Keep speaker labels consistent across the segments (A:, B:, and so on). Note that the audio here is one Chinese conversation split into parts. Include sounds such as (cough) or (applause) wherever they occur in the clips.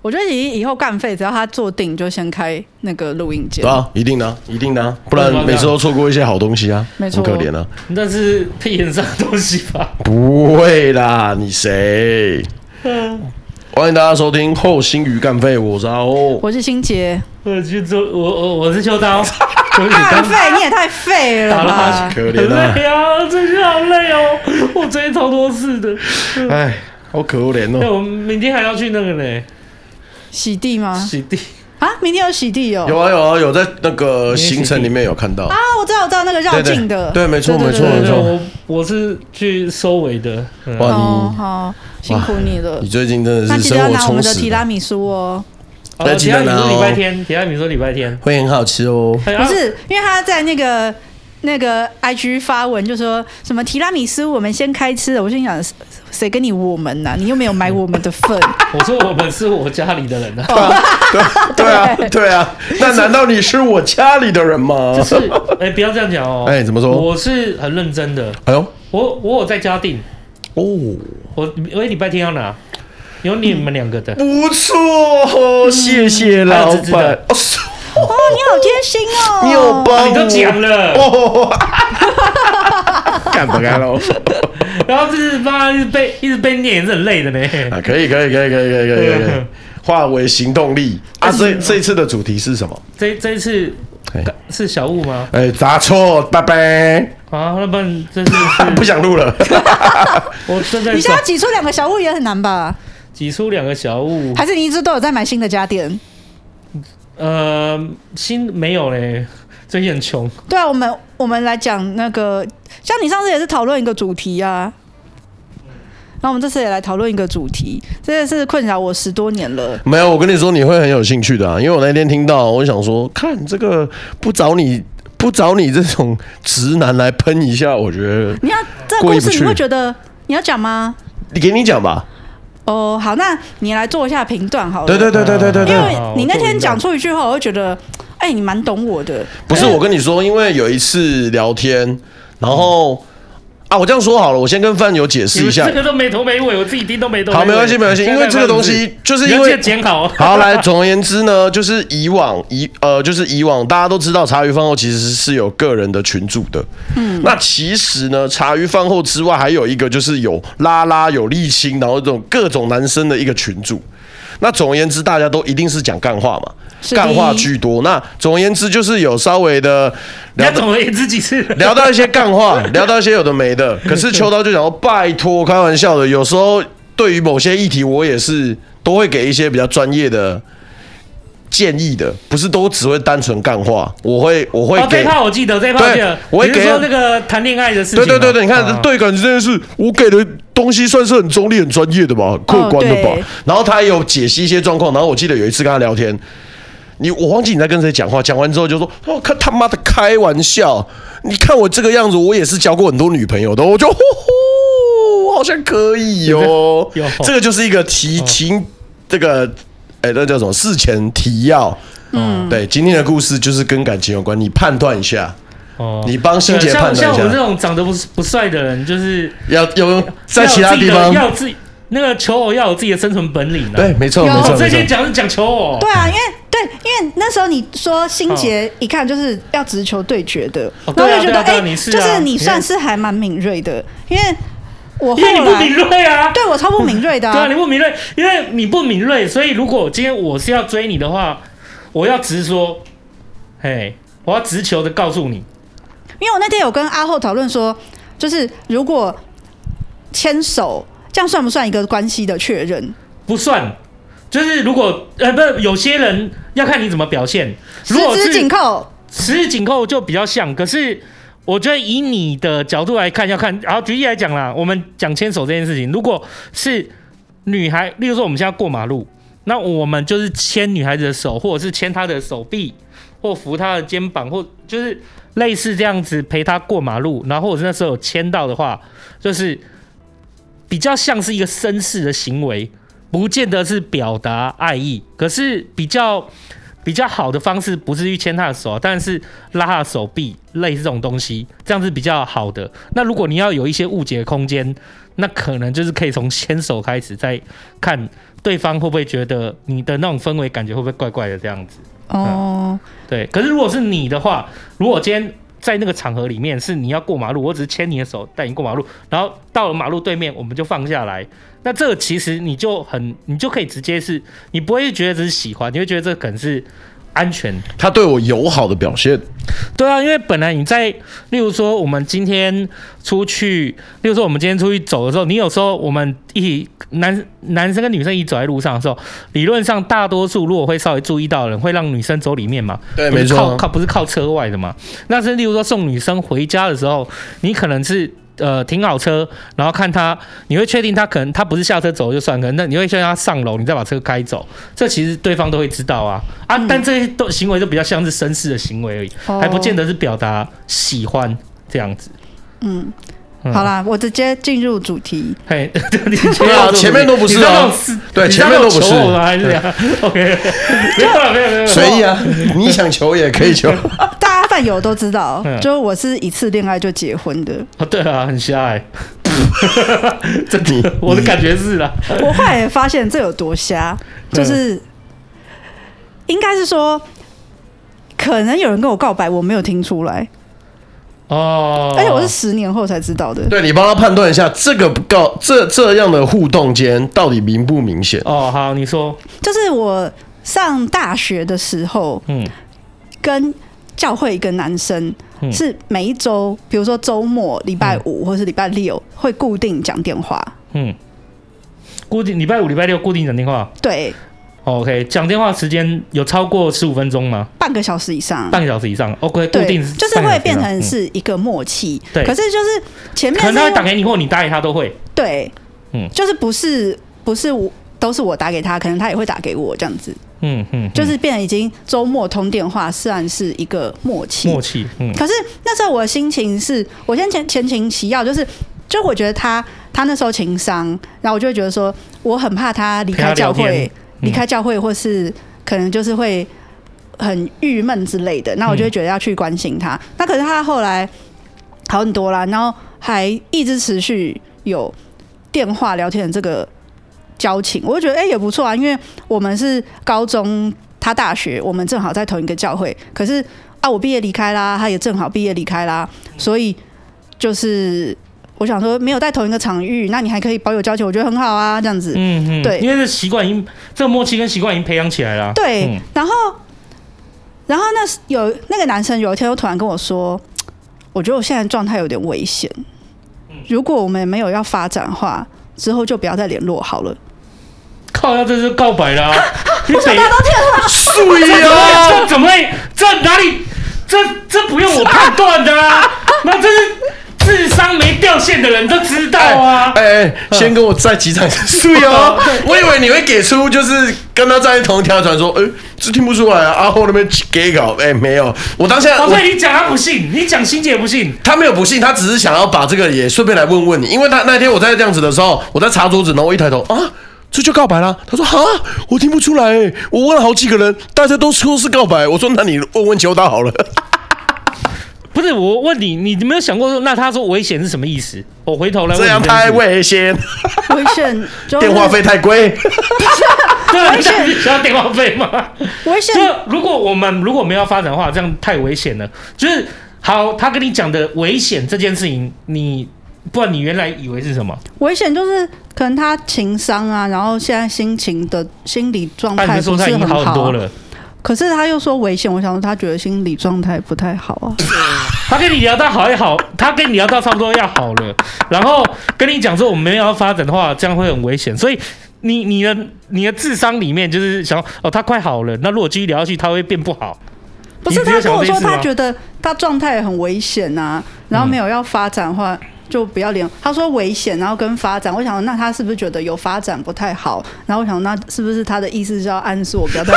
A: 我觉得以以后干费，只要他坐定，就先开那个录音键
B: 对。啊，一定的啊、一定的啊、不然每次都错过一些好东西啊，
A: 没错
B: 很可怜啊。
C: 那是配演上的东西吧？
B: 不会啦，你谁？欢迎大家收听《后心鱼干废》，我是阿欧。
A: 我是心杰，
C: 我去做，我我我是
B: (laughs)
C: 秋刀，对不起，
A: 干
C: 刚
A: 费你也太废了
C: 打了
A: 吧
C: 哈！
B: 可
C: 很
B: 怜啊
C: 累，啊，最近好累哦，我昨天超多次的。
B: 哎，好可怜
C: 那
B: 哦。
C: 我明天还要去那个呢，
A: 洗地吗？
C: 洗地。
B: 哦
A: 啊，明天有洗地哦。
B: 有啊有啊有，在那个
C: 你也
B: 行程里面有看到
A: 啊，我知道，我知道那个绕境的。
B: 对对对没错
A: 对
B: 没
A: 对
B: 错
A: 对
B: 没
C: 对对，
B: 错
C: 我我是去收尾的。嗯
B: 哇，
A: 哦，
B: 你
A: 好，辛苦你了
B: 你。最近真
A: 那
B: 的是
A: 记得
B: 生
A: 要
B: 活
A: 拿我
B: 充
A: 们的提
B: 实
A: 拉
B: 了，
A: 米苏哦，
C: 哦
B: 在
C: 提
B: 记
C: 拉
B: 得
C: 米
B: 拿
C: 说
B: 哦
C: 礼拜天，提拉米说礼拜天。
B: 会很好吃
A: (laughs)
B: 哦。
C: 哎
A: 不，是，因为他在那个那个 IG 发文就说什么提拉米苏我们先开吃的，我心想谁跟你我们啊呐、你又没有买我们的
B: (laughs)
A: 份，哦
C: 啊我说我们是我家里的人啊。
B: 对啊对啊，那难道你是我家里的人吗？
C: 就是， (laughs) 哎，不要这样讲哦。
B: 哎怎么说
C: 我是很认真的，
B: 哎呦
C: 我我有在家订，
B: 哦，
C: 我我礼拜天要拿，有你们两个的。
B: 不
A: 嗯
B: 错，谢谢老
C: 还有芝芝
B: 板
C: 的。
B: 哦是
A: 你好贴心哦，
B: 你有帮我
C: 你都讲 (laughs) 了，
B: 哦，干不干喽？
C: 然后就是妈一直被一直被念也是很累的呢。
B: (laughs) 啊，可以，可以，可以，可以，可以，可以，可以，
C: 嗯
B: 化为行动力啊！这这一次的主题是什么？
C: 这这一次
B: 哎
C: 是小雾吗？
B: 哎，答错，拜拜，
C: 啊，那不然这次
B: 啊不
C: 是 (laughs)
B: 想录了。
C: 我正在
A: 你
B: 啊
A: 现
C: 找
A: 在挤出两个小物也很难吧？
C: 挤出两个小雾，
A: 还是你一直都有在买新的家电？
C: 呃，新没有嘞，最近
B: (laughs)
C: 很穷。
A: 对啊，我们我们来讲那个，像你上次也是讨论一个主题啊，然后我们这次也来讨论一个主题，这也是困扰我十多年了。
B: (laughs) 没有，我跟你说，你会很有兴趣的、啊，因为我那天听到，我想说，看这个不找你不找你这种直男来喷一下，我觉得
A: 你要这个
B: 过
A: 故
B: 意不
A: 事，你
B: 去
A: 会觉得你要讲吗？
B: 你给你讲吧。
A: 哦，好，那你来做一下评断好了。
B: 对对对对对对
A: 因
B: 对，
A: 为你那天讲出一句话，我就觉得，哎、你蛮懂我的。
B: 不是我跟你说，因为有一次聊天，然后啊，我这样说好了，我先跟范友解释
C: 你
B: 一
C: 们
B: 下
C: 这。个都没头没尾，我自己听都没头尾。
B: 好，没关系，没关系，因为这个东西就是因
C: 你要
B: 为
C: 记得剪好。
B: (laughs) 好，
C: (laughs)
B: 来，总而言之呢，就是以往以呃，就是以往大家都知道茶余饭后其实是有个人的群组的。嗯，那其实呢，茶余饭后之外还有一个就是有拉拉、有沥青，然后这种各种男生的一个群组。那总而言之，大家都一定是讲干话嘛，
A: 是的
B: 干话居多。那总而言之，就是有稍微的
C: 你
B: 聊
C: 要
B: 到
C: 总而言之几次？
B: (laughs) 聊到一些干话，聊到一些有的没的。可是秋刀就想说，拜托，开玩笑的，有时候对于某些议题，我也是都会给一些比较专业的建议的，不是都只会单纯干话。我会，我会
C: 哦，这
B: 给
C: 一。趴我记得，这一趴我记得
B: 对。我也
C: 你是
B: 给
C: 说那个谈恋爱的事情
B: 对
C: 吗？
B: 对对对，你看
C: 啊，
B: 对感情这件事，我给的东西算是很中立、很专业的吧，
C: 哦
B: 很客观的吧
A: 对。
B: 然后他也有解析一些状况。然后我记得有一次跟他聊天，你我忘记你在跟谁讲话，讲完之后就说：“我看他妈的开玩笑，你看我这个样子，我也是交过很多女朋友的。”我
C: (laughs)
B: 就呼 (laughs) 呼，好像可以哦
C: 有。
B: 这个就是一个提情，这个哎，那叫什么？事前提要。嗯，对，今天的故事就是跟感情有关，你判断一下，
C: 哦
B: 你帮欣姐
C: 对
B: 判断一
C: 像像我
B: 下
C: 这，种长得不不帅的人，就是
B: 要有在其他地方
C: 要有自己的要有自己那个求偶要有自己的生存本领啊。
B: 对，，没错，
A: 有
B: 没
C: 哦
B: 错，，
C: 这
B: 没
C: 些
B: 错。
C: 讲是讲求偶。
A: 对啊，因为对，因为那时候你说心结一看就是要直球对决的，
C: 嗯
A: 然
C: 哦对
A: 后
C: 啊
A: 我就觉得，
C: 对啊对
A: 哎、
C: 啊你是啊
A: 就是你算是还蛮敏锐的，因为我后
C: 因为你不
A: 来
C: 敏锐啊。
A: 对我超不敏锐的、
C: (laughs) 对啊，你不敏锐，因为你不敏锐，所以如果今天我是要追你的话，我要直说，嘿，我要直球的告诉你，
A: 因为我那天有跟阿后讨论说，就是如果牵手，这样算不算一个关系的确认？
C: 不算。就是如果呃，不是有些人要看你怎么表现，
A: 十
C: 如果是
A: 指紧扣，
C: 十指紧扣就比较像，可是我觉得以你的角度来看，要看，然后举例来讲啦，我们讲牵手这件事情，如果是女孩，例如说我们现在过马路，那我们就是牵女孩子的手，或者是牵她的手臂，或扶她的肩膀，或就是类似这样子陪她过马路，然后或者是那时候有牵到的话，就是比较像是一个绅士的行为，不见得是表达爱意，可是比较比较好的方式不是去牵他的手啊，但是拉他的手臂，类似这种东西，这样是比较好的。那如果你要有一些误解的空间，那可能就是可以从牵手开始，再看对方会不会觉得你的那种氛围感觉会不会怪怪的这样子。
A: 哦，
C: 对，可是如果是你的话，如果今天在那个场合里面是你要过马路，我只是牵你的手带你过马路，然后到了马路对面我们就放下来，那这个其实你就很，你就可以直接是，你不会觉得这是喜欢，你会觉得这可能是安全。
B: 他对我友好的表现，
C: 对啊，因为本来你在，例如说我们今天出去，例如说我们今天出去走的时候，你有时候我们一起男男生跟女生一起走在路上的时候，理论上大多数如果会稍微注意到的人，会让女生走里面嘛，
B: 对
C: 不是
B: 没错
C: 靠靠不是靠车外的嘛。那是例如说送女生回家的时候，你可能是。呃，停好车，然后看她，你会确定她可能她不是下车走就算，可能那你会确定她上楼，你再把车开走，这其实对方都会知道啊啊！
A: 嗯
C: 但这些都行为都比较像是绅士的行为而已，
A: 哦
C: 还不见得是表达喜欢这样子。
A: 嗯，
C: 嗯
A: 好，啦，我直接进入主题。
C: 嘿， (laughs) 你
B: 对啊前面都不是啊对前面都不是
C: 还是这样 OK，没有啦没有没有没有，
B: 随意啊，你想求也可以
C: (laughs)
B: 求。
A: 大家饭友都知道
C: 嗯，
A: 就是我是一次恋爱就结婚的，
C: 哦对啊，很瞎哎，真的， (laughs) 我的感觉是啦，
A: (laughs) 我后来也发现这有多瞎，就是应该是说，可能有人跟我告白，我没有听出来，
C: 哦，
A: 而且我是十年后才知道的。
B: 对你帮他判断一下，这个告这这样的互动间到底明不明显？
C: 哦好，你说，
A: 就是我上大学的时候，
C: 嗯
A: 跟教会一个男生
C: 嗯
A: 是每一周，比如说周末、礼拜五或是礼拜六会固定讲电话。
C: 嗯，固定礼拜五礼拜六固定讲电话哦
A: 对，
C: ，OK，讲电话时间有超过十五分钟吗？
A: 半个小时以上，
C: 半个小时以上，OK，固
A: 对
C: 定，
A: 就是
C: 半个小
A: 会
C: 时以
A: 变
C: 上
A: 成
C: 嗯
A: 是一个默契。
C: 对
A: 可是就是前面
C: 可能他
A: 是
C: 会打给你，或你打给他都会。
A: 对，
C: 嗯
A: 就是不是不是我都是我打给他，可能他也会打给我这样子，
C: 嗯嗯，
A: 就是变得已经周末通电话，虽然是一个默契。
C: 默契。嗯
A: 可是那时候我的心情是，我先前前情提要，就是就我觉得他他那时候情商，然后我就会觉得说，我很怕他离开教
C: 陪他聊天
A: 会，离、开教会或是可能就是会很郁闷之类的，那我就会觉得要去关心他。那可是他后来好很多啦，然后还一直持续有电话聊天的这个交情，我就觉得哎、诶也不错啊，因为我们是高中，他大学，我们正好在同一个教会，可是啊，我毕业离开啦，他也正好毕业离开啦，所以就是我想说，没有在同一个场域，那你还可以保有交情，我觉得很好啊，这样子。
C: 嗯嗯，
A: 对
C: 因为这习惯已经，这个默契跟习惯已经培养起来了。
A: 对，
C: 嗯
A: 然后，然后那时有那个男生有一天又突然跟我说，我觉得我现在状态有点危险，
C: 嗯
A: 如果我们没有要发展的话，之后就不要再联络好了。
C: 靠，要这是告
A: (laughs)
C: 白啦！你北
B: 对
C: 哎这怎么会？这哪里？这这不用我判断的
A: (laughs)
C: 啊！那这是智商没掉线的人都知道啊。
B: 哎哎，先跟我再几
C: (laughs)
B: 场睡哦。我以为你会给出就是跟他在同一条船，说，哎，这听不出来啊，阿后那边给搞，哎，没有，我当下
C: 哦，
B: 我
C: 所以你讲他不信，你讲欣姐不信。
B: 他没有不信，他只是想要把这个也顺便来问问你，因为他那天我在这样子的时候，我在擦桌子，然后我一抬头啊。这就告白啦！他说：“哈，我听不出来欸，我问了好几个人，大家都说是告白。”我说：“那你问问邱大好
C: (laughs)
B: 了。
C: 不是我问你，你没有想过说，那他说危险是什么意思？我回头来”问
B: 这
C: 你
B: 样
C: 件事
B: 太危险，
C: (laughs)
A: 危险，就是
B: 电话费太贵。
C: 对，啊这样子需要电话费吗？
A: 危险
C: 就如果我们如果没有发展的话，这样太危险了。就是好，他跟你讲的危险这件事情，你不然你原来以为是什么？
A: 危险就是可能他情商啊，然后现在心情的心理状
C: 但
A: 态
C: 你
A: 不
C: 说他已
A: 是
C: 经
A: 很
C: 好
A: 好
C: 很多
A: 啊、
C: 了，
A: 可是他又说危险，我想说他觉得心理状态不太好啊。
C: 他跟你聊到好也好，他跟你聊到差不多要好了，然后跟你讲说我们没有要发展的话，这样会很危险，所以。你你的你的智商里面就是想哦，他快好了，那如果继续聊下去，他会变不好。
A: 不
C: 你
A: 是
C: 只有
A: 他跟
C: 想
A: 我
C: 这一
A: 说
C: 次吗
A: 他觉得他状态很危险啊，然后没有要发展的话，就不要脸。他说危险，然后跟发展，我想那他是不是觉得有发展不太好？然后我想那是不是他的意思是要暗示我不要再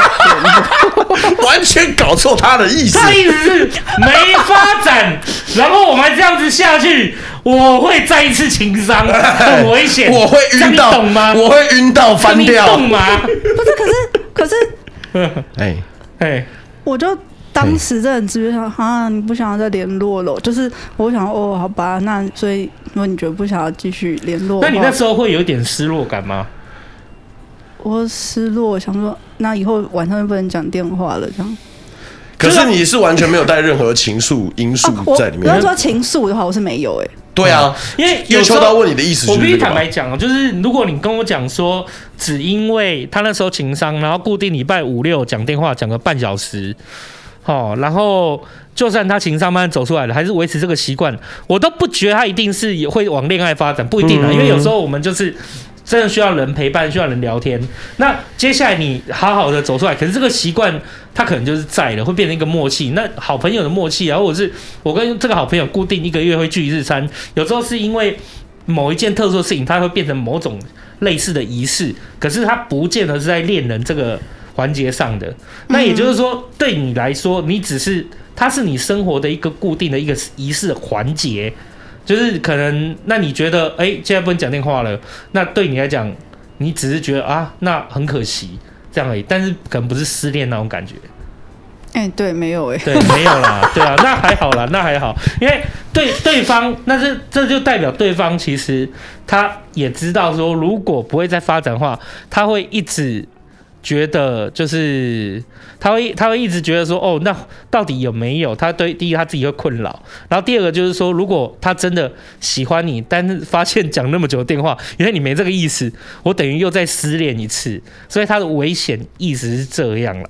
C: (laughs)
B: 完全搞错他的意思。
C: 他意思是没发展，然后我们这样子下去，我会再一次情伤，很危险，
B: 哎我会
C: 这样
B: 晕
C: 你
B: 到，
C: 懂吗？
B: 我会晕到翻
C: 这样
B: 掉
C: 你。懂吗？
A: 不是？可是可是
B: 哎，
C: 哎，
A: 我就当时真的直接想啊，你不想要再联络了？就是我想哦，好吧，那所以如果你觉得不想要继续联络的
C: 那
A: 话，
C: 你那时候会有一点失落感吗？
A: 我失落，想说那以后晚上就不能讲电话了，这样。
B: 可是你是完全没有带任何情愫因素
A: 啊我
B: 在里
A: 如
B: 面
A: 果。说情愫的话，我是没有哎、
B: 对啊，
C: 因为
B: 因
C: 有
B: 为
C: 时
B: 秋
C: 候
B: 刀问你的意思
C: 我
B: 就
C: 必
B: 是这
C: 须
B: 个
C: 坦
B: 嘛
C: 白。讲哦，就是如果你跟我讲说，只因为他那时候情商，然后固定礼拜五六讲电话讲个半小时，哦，然后就算他情商慢慢走出来了，还是维持这个习惯，我都不觉得他一定是也会往恋爱发展，不一定啊，
B: 嗯
C: 因为有时候我们就是。真的需要人陪伴，需要人聊天。那接下来你好好的走出来，可是这个习惯它可能就是在了，会变成一个默契。那好朋友的默契啊，或者是我跟这个好朋友固定一个月会聚一次餐，有时候是因为某一件特殊的事情，它会变成某种类似的仪式，可是它不见得是在恋人这个环节上的。那也就是说，对你来说，你只是它是你生活的一个固定的一个仪式的环节，就是可能那你觉得，哎、现在不能讲电话了，那对你来讲，你只是觉得啊，那很可惜。这样而已，但是可能不是失恋那种感觉，
A: 哎、对，没有哎、
C: (laughs) 对，没有啦，对啊，那还好啦，那还好，因为对对方，那这这就代表对方其实他也知道说，如果不会再发展的话，他会一直觉得就是他会他会一直觉得说，哦，那到底有没有？他对第一他自己会困扰，然后第二个就是说，哦如果他真的喜欢你，但是发现讲那么久的电话，原来你没这个意思，我等于又再失恋一次，所以他的危险意识是这样啦。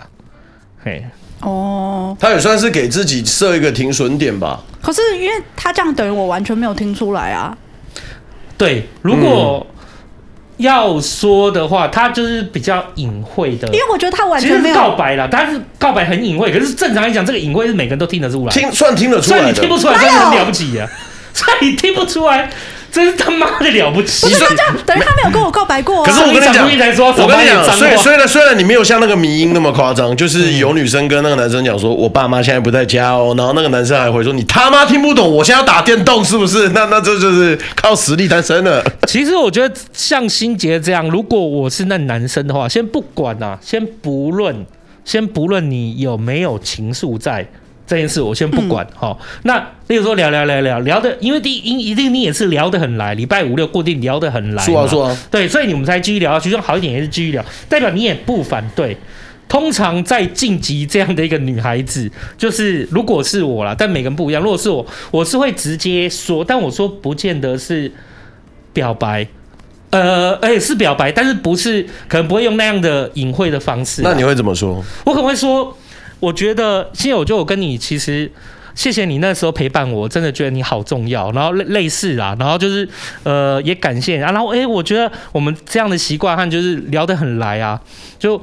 C: 嘿，
A: 哦，
B: 他也算是给自己设一个停损点吧。
A: 可是因为他这样等于我完全没有听出来啊。
C: 对，如果要说的话，他就是比较隐晦的
A: 因，为我觉得他完
C: 呃其
A: 全
C: 实
A: 没
C: 是告
A: 有，
C: 白啦，但是告白很隐晦，可是正常来讲，这个隐晦是每个人都听得出来，
B: 听算听得出
C: 所以
B: 来
C: 你听不
B: 的。
C: 出来，真的很了不起啊！所以你听不出来，真是他妈的了不起！啊
B: 说
A: 等于他没有跟我告白过、啊。
B: 可是我跟你讲
C: 上一场录音才说，嗯
B: 我跟你
C: 少骂一点脏
B: 讲，
C: 话
B: 虽虽然虽然你没有像那个迷音那么夸张，就是有女生跟那个男生讲说，我爸妈现在不在家哦，然后那个男生还回说，你他妈听不懂，我现在要打电动是不是？那那这就是靠实力单身了。
C: 其实我觉得像心杰这样，如果我是那男生的话，先不管啊，先不论，先不论你有没有情愫在这件事，我先不
B: 嗯
C: 管哈、齁那例如说聊聊聊聊聊的，因为第一一定你也是聊得很来，礼拜五六固定聊得很来，
B: 说啊说啊，
C: 对，所以你们才继续聊下去，就好一点也是继续聊，代表你也不反对。通常在晋级这样的一个女孩子，就是如果是我啦，但每个人不一样。如果是我，我是会直接说，但我说不见得是表白，呃，哎、是表白，但是不是可能不会用那样的隐晦的方式啦。啊
B: 那你会怎么说？
C: 我可能会说，我觉得现在我觉得我跟你其实。谢谢你那时候陪伴我，真的觉得你好重要。然后类类似啦，然后就是呃，也感谢你啊。然后诶，我觉得我们这样的习惯和就是聊得很来啊。就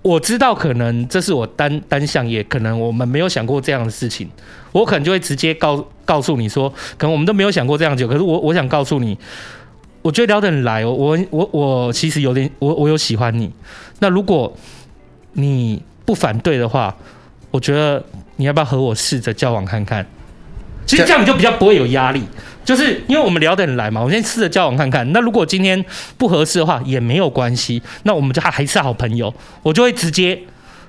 C: 我知道可能这是我单单向，也可能我们没有想过这样的事情。我可能就会直接告告诉你说，可能我们都没有想过这样久。可是我我想告诉你，我觉得聊得很来。我哦我我我其实有点我我有喜欢你。那如果你不反对的话，我觉得你要不要和我试着交往看看？其实这样你就比较不会有压力，就是因为我们聊得很来嘛。我们先试着交往看看。那如果今天不合适的话，也没有关系，那我们就还还是好朋友。我就会直接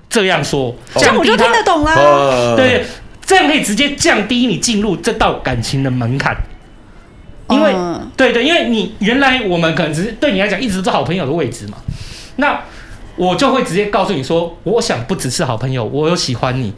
C: 这样说，
A: 这样我就
C: 降低
A: 听
C: 他
A: 得懂啦、
B: 呃，
C: 对，这样可以直接降低你进入这道感情的门槛。因为、
A: 嗯
C: 对对，因为你原来我们可能只是对你来讲一直是好朋友的位置嘛，那我就会直接告诉你说，我想不只是好朋友，我有喜欢你，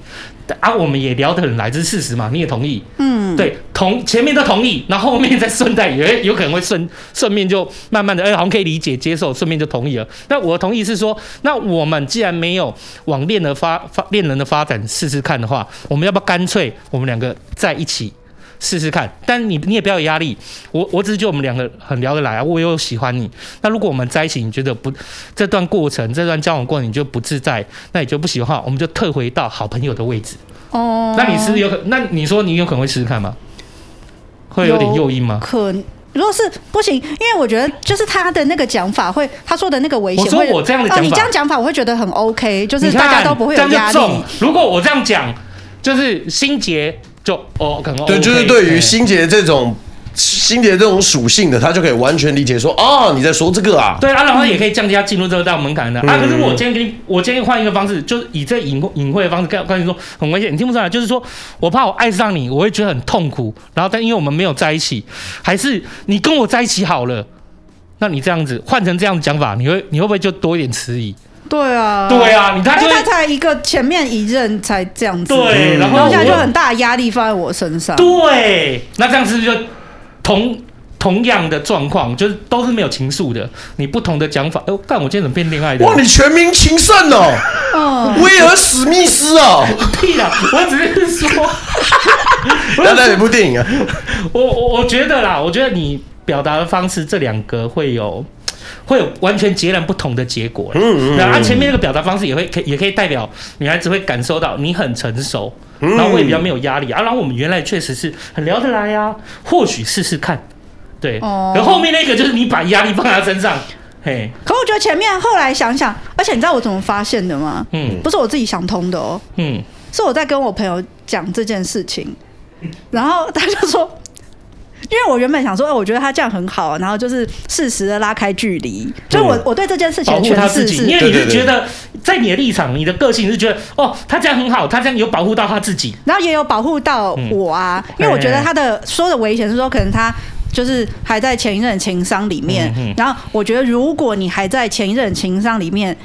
C: 啊，我们也聊得很来，这是事实嘛，你也同意，
A: 嗯，
C: 对，同前面都同意，然后后面再顺带也有可能会顺顺便就慢慢的，哎、好像可以理解接受，顺便就同意了。那我的同意是说，那我们既然没有往恋的发发恋人的发展试试看的话，我们要不要干脆我们两个在一起试试看？但你你也不要有压力，我我只是觉得我们两个很聊得来啊，我又喜欢你。那如果我们在一起，你觉得不这段过程这段交往过程你就不自在，那你就不喜欢的话，我们就退回到好朋友的位置。
A: 哦，
C: 那你是不是有可？那你说你有可能会试试看吗？会有点诱因吗？
A: 可如果是不行，因为我觉得就是他的那个讲法会，他说的那个危险
C: 我
A: 会，
C: 说我这样的讲
A: 哦，
C: 法
A: 你这样讲法我会觉得很 OK，就是
C: 你看
A: 大家都不会
C: 这
A: 有
C: 样就
A: 压
C: 中
A: 力。
C: 如果我这样讲，就是心结就哦，可能
B: 对，
C: OK，
B: 就是对于心杰这种心杰这种属性的，他就可以完全理解说，哦，你在说这个啊，
C: 对啊，然后也可以降低他进入这个道门槛
B: 嗯
C: 的、啊。可是我今天给你，我今天换一个方式，就是以这隐隐晦的方式跟跟你说，很危险，你听不出来。就是说我怕我爱上你，我会觉得很痛苦。然后但因为我们没有在一起，还是你跟我在一起好了。那你这样子换成这样的讲法，你会你会不会就多一点迟疑？
A: 对啊，
C: 对啊你看
A: 因为
C: 就会
A: 他才一个前面一任才这样子，嗯
C: 对，然
A: 然
C: 后
A: 后
C: 我
A: 现在就很大的压力放在我身上。
C: 对，那这样是不是就同同样的状况，就是都是没有情愫的，你不同的讲法。哎、干，我今天怎么变恋爱的？
B: 哇，你全民情圣哦，
A: 嗯，
B: 威尔史密斯哦，
C: 屁啦！ (laughs) 我只是说，
B: 那那有一部电影啊，
C: 我我我觉得啦，我觉得你表达的方式，这两个会有会有完全截然不同的结果啦。
B: 嗯
C: 然后、啊、前面那个表达方式也会可以也可以代表女孩子会感受到你很成熟，
B: 嗯
C: 然后会比较没有压力啊。然后我们原来确实是很聊得来啊，或许试试看。对，
A: 哦
C: 然后后面那个就是你把压力放在他身上，嘿，
A: 可我觉得前面后来想想，而且你知道我怎么发现的吗？
C: 嗯
A: 不是我自己想通的哦，
C: 嗯，
A: 是我在跟我朋友讲这件事情，然后他就说，因为我原本想说，哎、我觉得他这样很好，然后就是适时的拉开距离，就是我
B: 嗯
A: 我对这件事情
C: 保
A: 的
C: 护他
A: 诠
C: 自
A: 释
C: 己，因
A: 是，
C: 为你
B: 对对
C: 是
B: 对
C: 觉得在你的立场，你的个性是觉得哦，他这样很好，他这样有保护到他自己，
A: 然后也有保护到我啊，
C: 嗯
A: 因为我觉得他的说的危险是说，可能他。就是还在前一任情伤里面，
C: 嗯嗯
A: 然后我觉得，如果你还在前一任情伤里面，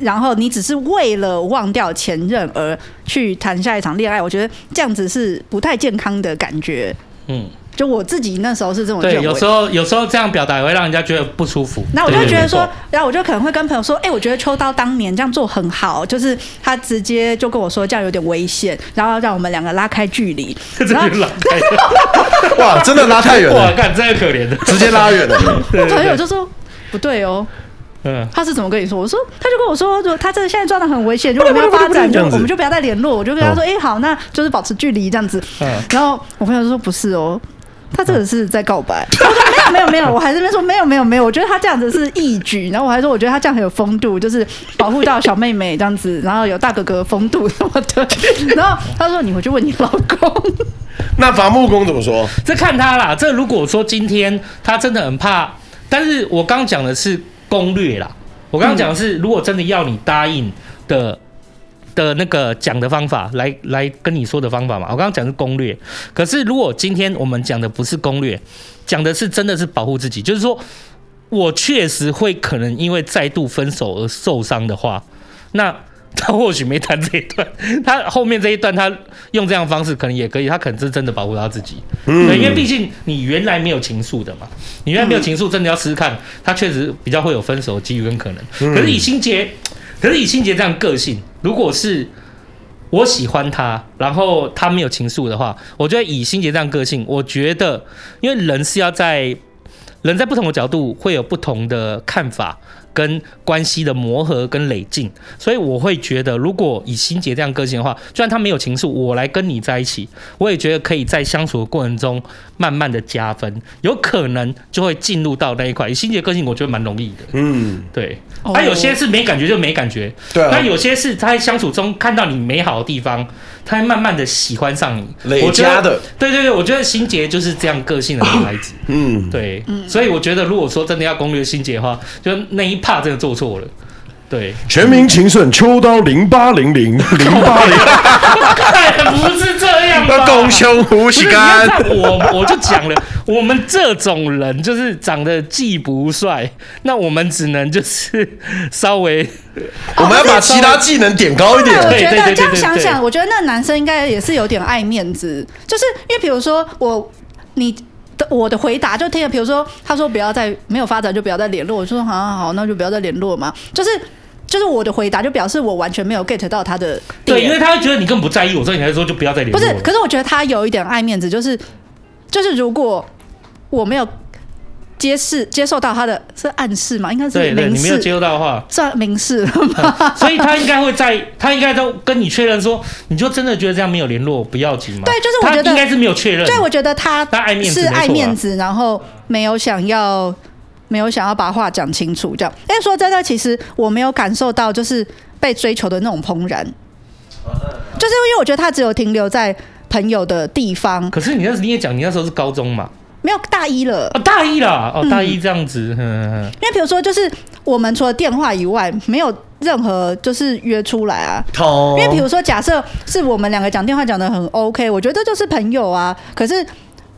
A: 然后你只是为了忘掉前任而去谈下一场恋爱，我觉得这样子是不太健康的感觉。
C: 嗯。
A: 就我自己那时候是哦这么认
C: 对，
A: 为。
C: 有时候有时候这样表达也会让人家觉得不舒服。
A: 那我就
C: 对
A: 会觉得，
C: 没
A: 说
C: 错，
A: 然后我就可能会跟朋友说，哎、我觉得秋刀当年这样做很好，就是他直接就跟我说这样有点危险，然后让我们两个拉开距离。
C: (laughs) (laughs) 这就
A: 然后
C: 是拉开了，
B: 哇，真的拉太远
C: 哇，
B: 了，
C: 看真的可
A: (laughs)
C: 怜的，
B: 直接拉远了，
C: 对
A: 我朋友，
C: 对对
A: 就说不对哦，
C: 嗯，
A: 他是怎么跟你说？我说他就跟我说，如果他这现在状态很危险，如果没有发展，
B: 这
A: 就
B: 样子
A: 我们就不要再联络。我就跟他说，哎、好，那就是保持距离这样子。
C: 嗯
A: 然后我朋友就说不是哦。他这个是在告白，我说没有没有没有，我还在那边说没有没有没有，我觉得他这样子是义举，然后我还说我觉得他这样很有风度，就是保护到小妹妹这样子，然后有大哥哥的风度什么的。然后他说你回去问你老公，
B: 那伐木工怎么说？
C: (laughs) 这看他啦。这如果说今天他真的很怕，但是我刚讲的是攻略啦，我刚刚讲的是如果真的要你答应的。的那个讲的方法来来跟你说的方法嘛，我刚刚讲的是攻略，可是如果今天我们讲的不是攻略，讲的是真的是保护自己，就是说我确实会可能因为再度分手而受伤的话，那 (laughs) 他或许没谈这一段，他后面这一段他用这样的方式可能也可以，他可能是真的保护他自己，对，因为毕竟你原来没有情愫的嘛，你原来没有情愫，真的要试试看，他确实比较会有分手的机遇跟可能。可是以心杰，可是以心杰这样个性，如果是我喜欢他，然后他没有情愫的话，我觉得以心杰这样个性，我觉得因为人是要在人在不同的角度会有不同的看法。跟关系的磨合跟累进，所以我会觉得，如果以心杰这样个性的话，就算他没有情愫，我来跟你在一起，我也觉得可以在相处的过程中慢慢的加分，有可能就会进入到那一块。以心杰个性，我觉得蛮容易的，
B: 嗯，
C: 对。
A: 哦
C: 他有些是没感觉就没感觉，
B: 对啊
C: 但，有些是他在相处中看到你美好的地方，他会慢慢的喜欢上你。
B: 累
C: 我觉
B: 加
C: 得，
B: 的，
C: 对对对，我觉得心杰就是这样个性的女孩
B: (laughs)
C: 子，
B: 嗯，
C: 对，所以我觉得如果说真的要攻略心杰的话，就那一趴真的做错了，对，
B: 全民情圣秋刀零八零零零八零，
C: 哎不是这样吧？
B: 那公胸无
C: 不是
B: 喜
C: 你要
B: 干
C: 知，道我我就讲了，我们这种人就是长得既不帅，那我们只能就是稍微
B: 我们要把其他技能点高一点
A: 对，。我
C: 对
A: 觉
C: 对对
A: 得这样
C: 对
A: 想
C: 对
A: 想，我觉得那男生应该也是有点爱面子，就是因为比如说我你。的我的回答就听了，比如说他说不要再没有发展就不要再联络，我就说好好好，那就不要再联络嘛。就是就是我的回答就表示我完全没有 get 到他的点，
C: 对，因为他会觉得你根本不在意我，所以你才说就不要再联
A: 不
C: 络
A: 是
C: 了。，
A: 可是我觉得他有一点爱面子，就是就是如果我没有接视接受到他的是暗示嘛，应该是
C: 对对，
A: 明
C: 你没有
A: 示，
C: 接收到的话，
A: 算明示了
C: (laughs)
A: 吧？
C: 所以他应该会在，他应该都跟你确认说，你就真的觉得这样没有联络不要紧吗？
A: 对就是我觉得
C: 他应该是没有确认。
A: 对，我觉得他
C: 他爱面子
A: 是
C: 啊
A: 爱面
C: 子，
A: 子，然后没有想要没有想要把话讲清楚这样。但说真的，其实我没有感受到就是被追求的那种怦然，就是因为我觉得他只有停留在朋友的地方，
C: 可是你那时你也讲，你那时候是高中嘛，
A: 没有大一了。
C: 哦大一啦，哦
A: 嗯
C: 大一这样子，嗯嗯
A: 因为比如说，就是我们除了电话以外，没有任何就是约出来啊。
B: 哦
A: 因为比如说，假设是我们两个讲电话讲的很 OK，我觉得这就是朋友啊。可是，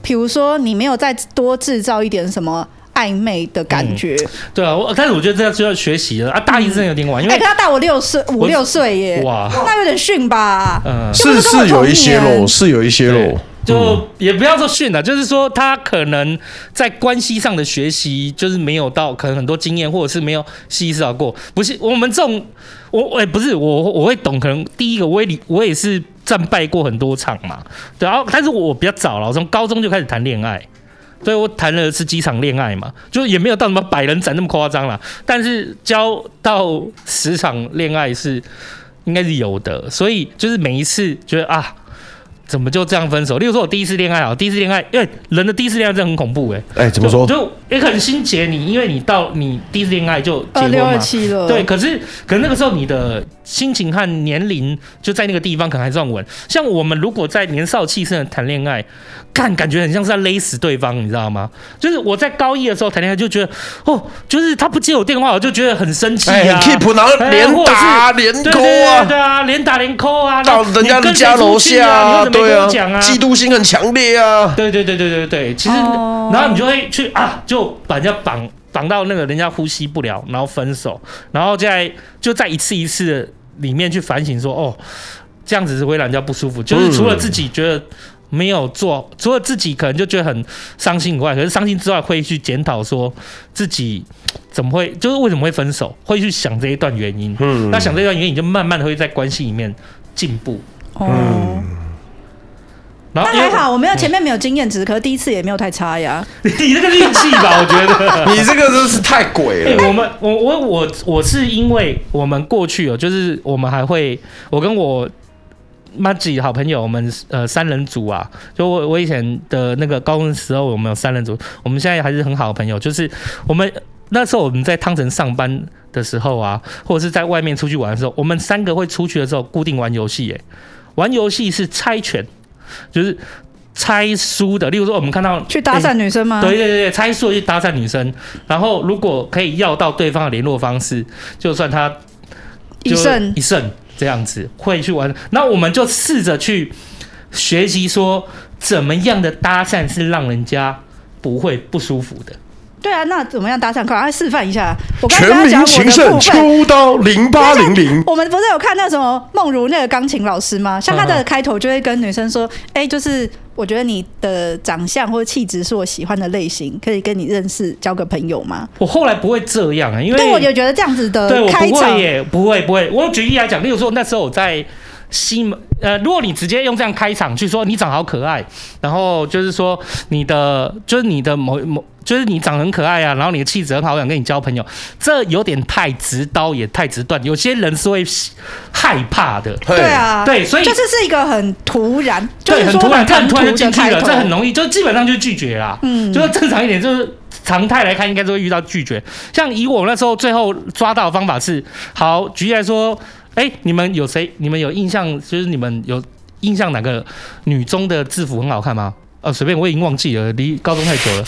A: 比如说你没有再多制造一点什么暧昧的感觉，
C: 嗯对啊，我但是我觉得这样就要学习了啊，大一真的有点晚，因
A: 哎、
C: 为
A: 可他大我六岁五六岁耶，
C: 哇，
A: 那有点逊吧？
C: 嗯。
B: 是是有一些
A: 肉
B: 咯，，是有一些
C: 对
B: 咯。嗯
C: 就也不要说训了，就是说他可能在关系上的学习，就是没有到可能很多经验，或者是没有吸收过。不是我们这种，我我哎也不是我我会懂，可能第一个我也理我也是战败过很多场嘛，对，然后但是我比较早了，我从高中就开始谈恋爱。对，我谈了是几场恋爱嘛，就是也没有到什么百人斩那么夸张啦，但是交到十场恋爱是应该是有的，所以就是每一次觉得啊，怎么就这样分手？例如说我第一次恋爱啊，第一次恋爱，因为人的第一次恋爱真的很恐怖哎、
B: 哎，怎么说？
C: 就就也很心结你，因为你到你第一次恋爱就结
A: 二
C: 婚
A: 哦六
C: 嘛
A: 二，七了，
C: 对，，可是可能那个时候你的心情和年龄就在那个地方可能还算稳。像我们如果在年少气盛的谈恋爱，干感觉很像是在勒死对方，你知道吗？就是我在高一的时候谈恋爱就觉得，哦，就是他不接我电话，我就觉得很生气
B: 哎
C: 啊。
B: ，keep 然后
C: 哎
B: 连打啊连
C: 对
B: 勾
C: 对对
B: 啊，
C: 对啊，连打连扣啊，
B: 到人家
C: 你
B: 的
C: 跟
B: 家
C: 谁出
B: 楼
C: 去
B: 下
C: 啊，你为什么没
B: 对
C: 跟
B: 啊，
C: 我讲啊，
B: 嫉妒心很强烈啊。
C: 对对对对对对，其实，
A: 哦
C: 然后你就会去啊，就把人家绑绑到那个人家呼吸不了，然后分手，然后再就在一次一次的里面去反省说，哦，这样子是会让人家不舒服，就是除了自己觉得。没有做，除了自己可能就觉得很伤心以外，可是伤心之外会去检讨说自己怎么会，就是为什么会分手，会去想这一段原因。
B: 嗯
C: 那想这一段原因，你就慢慢的会在关系里面进步。
A: 哦。
C: 然
A: 那
C: 后哎嗯啊因为
A: 还好，我没有前面没有经验值，可是第一次也没有太差呀。
C: 你这个运气吧，我觉得。
B: (laughs) 你这个真是太鬼
C: 哎、
B: 了。
C: 我们我我我我是因为我们过去哦，就是我们还会，我跟我 m a g i 好朋友，我们呃三人组啊，就我我以前的那个高中时候，我们有三人组，我们现在还是很好的朋友。就是我们那时候我们在汤臣上班的时候啊，或者是在外面出去玩的时候，我们三个会出去的时候固定玩游戏，哎，玩游戏是猜拳，就是猜输的。例如说，我们看到
A: 去搭讪女生吗？
C: 对对对对，猜数去搭讪女生，然后如果可以要到对方的联络方式，就算他
A: 一
C: 就
A: 胜
C: 一胜这样子会去玩。那我们就试着去学习说，怎么样的搭讪是让人家不会不舒服的。
A: 对啊，那怎么样搭讪？快来示范一下。 (laughs) 我刚才
B: 全
A: 讲
B: 民
A: 我
B: 情
A: 的
B: 圣
A: 部分，
B: 秋刀零八零
A: (laughs)
B: 零，
A: 我们不是有看那什么梦如那个钢琴老师吗？像他的开头就会跟女生说：“
C: 嗯
A: 哎、就是我觉得你的长相或气质是我喜欢的类型，可以跟你认识，交个朋友吗
C: 我后来不会这样啊、？”因为
A: 对，我就觉得这样子的
C: 对我
A: 呃开
C: 不
A: 场
C: 会，耶，不会不会。我举例来讲，例如说那时候我在西门，呃，如果你直接用这样开场去说你长好可爱，然后就是说你的就是你的某某。就是你长得很可爱啊，然后你的气质很好，我想跟你交朋友，这有点太直刀也太直断，有些人是会害怕的。
B: 嘿
A: 对，啊，
C: 对所以
A: 就是是一个很突然，就
C: 对，
A: 是
C: 很
A: 说
C: 突然，看
A: 唐
C: 突然就
A: 突
C: 进
A: 的
C: 去
A: 开
C: 了，
A: 头，
C: 这很容易，就基本上就拒绝啦。
A: 嗯
C: 就是正常一点，就是常态来看，应该都会遇到拒绝。像以我那时候最后抓到的方法是，好，举例来说，哎、你们有谁？你们有印象？就是你们有印象哪个女中的制服很好看吗？呃，随便，我已经忘记了，离高中太久了。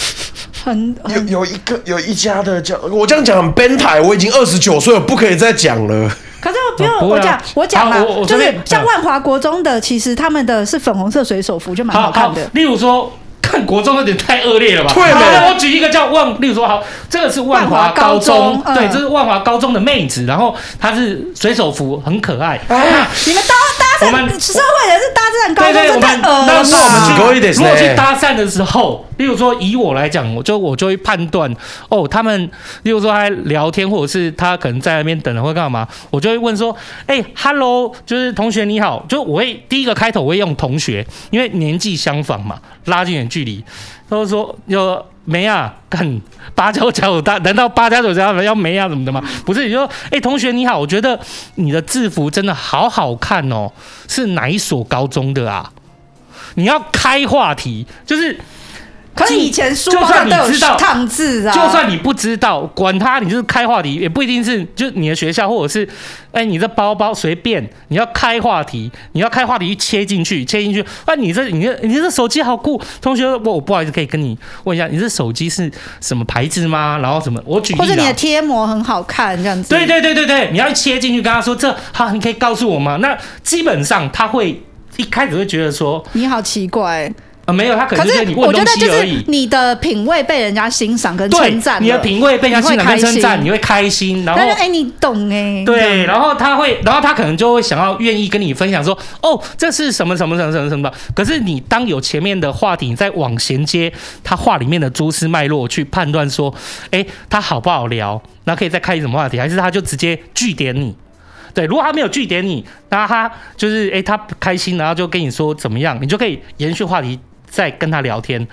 A: 很
B: 有
A: 很
B: 有一个有一家的叫我这样讲很变态，我已经二十九岁了，不可以再讲了。
A: 可是我不用
C: 不
A: 我
C: 会啊
A: 讲，我讲
C: 好我
A: 了，
C: 我
A: 就
C: 随
A: 是
C: 便
A: 像
C: 嗯
A: 万华国中的，其实他们的是粉红色水手服，就蛮好看的。
C: 例如说，看国中有点太恶劣了吧？
B: 对
C: 好
B: 没
C: 那我举一个叫万，例如说，好，这个是万华高
A: 万华
C: 中，
A: 高中
C: 对，
A: 嗯
C: 这是万华高中的妹子，然后她是水手服，很可爱。
B: 啊，
A: 哎你们搭
C: 我
A: 搭
C: 们
A: 讪，社会人是搭讪高
C: 对
A: 中
C: 对，
A: 生
C: 我们
A: 太恶啊
C: 那
A: 了
C: 时候
A: 吧？
B: 死
C: 我
B: 狗
C: 们
B: 一
C: 去
B: 点
C: 如果
B: 是
C: 去搭讪的时候，例如说以我来讲，我就我就会判断哦，他们例如说他在聊天，或者是他可能在那边等人会干嘛，我就会问说，哎、h e l l o 就是同学你好，就我会第一个开头我会用同学，因为年纪相仿嘛，拉近点距离。他就说就没啊，干八加九加难道八加九加要没啊什么的吗？不是，你就说，哎、同学你好，我觉得你的制服真的好好看哦，是哪一所高中的啊？你要开话题，就是
A: 可是以前书包上都
C: 就算你知
A: 有
C: 道
A: 烫字啊，
C: 就算你不知道，管他，你就是开话题，也不一定是就你的学校，或者是哎、你这包包随便，你要开话题，你要开话题去切进去，切进去。啊，你这你这你这手机好酷，同学，我我不好意思，可以跟你问一下，你这手机是什么牌子吗？然后什么？我举例啦啊
A: 或者你的贴膜很好看这样子，
C: 对对对对对，你要切进去跟他说这好，你可以告诉我吗？那基本上他会一开始会觉得说
A: 你好奇怪。
C: 啊、没有，他可
A: 可
C: 能觉
A: 是
C: 得你
A: 我
C: 问
A: 觉
C: 东
A: 得就
C: 西而已
A: 是。你的品味被人家欣赏跟
C: 对
A: 称赞了，
C: 你的品味被人家欣赏跟称赞，
A: 你
C: 你会开心，然后
A: 但是哎、你懂哎、
C: 对，然后他会，然后他可能就会想要愿意跟你分享说，哦，这是什么什么什么什么什么的。可是你当有前面的话题，你再往衔接他话里面的蛛丝脉络去判断说，哎，他好不好聊，然后可以再开什么话题，还是他就直接据点你。对，如果他没有据点你，那他就是哎，他不开心，然后就跟你说怎么样，你就可以延续话题再跟他聊天，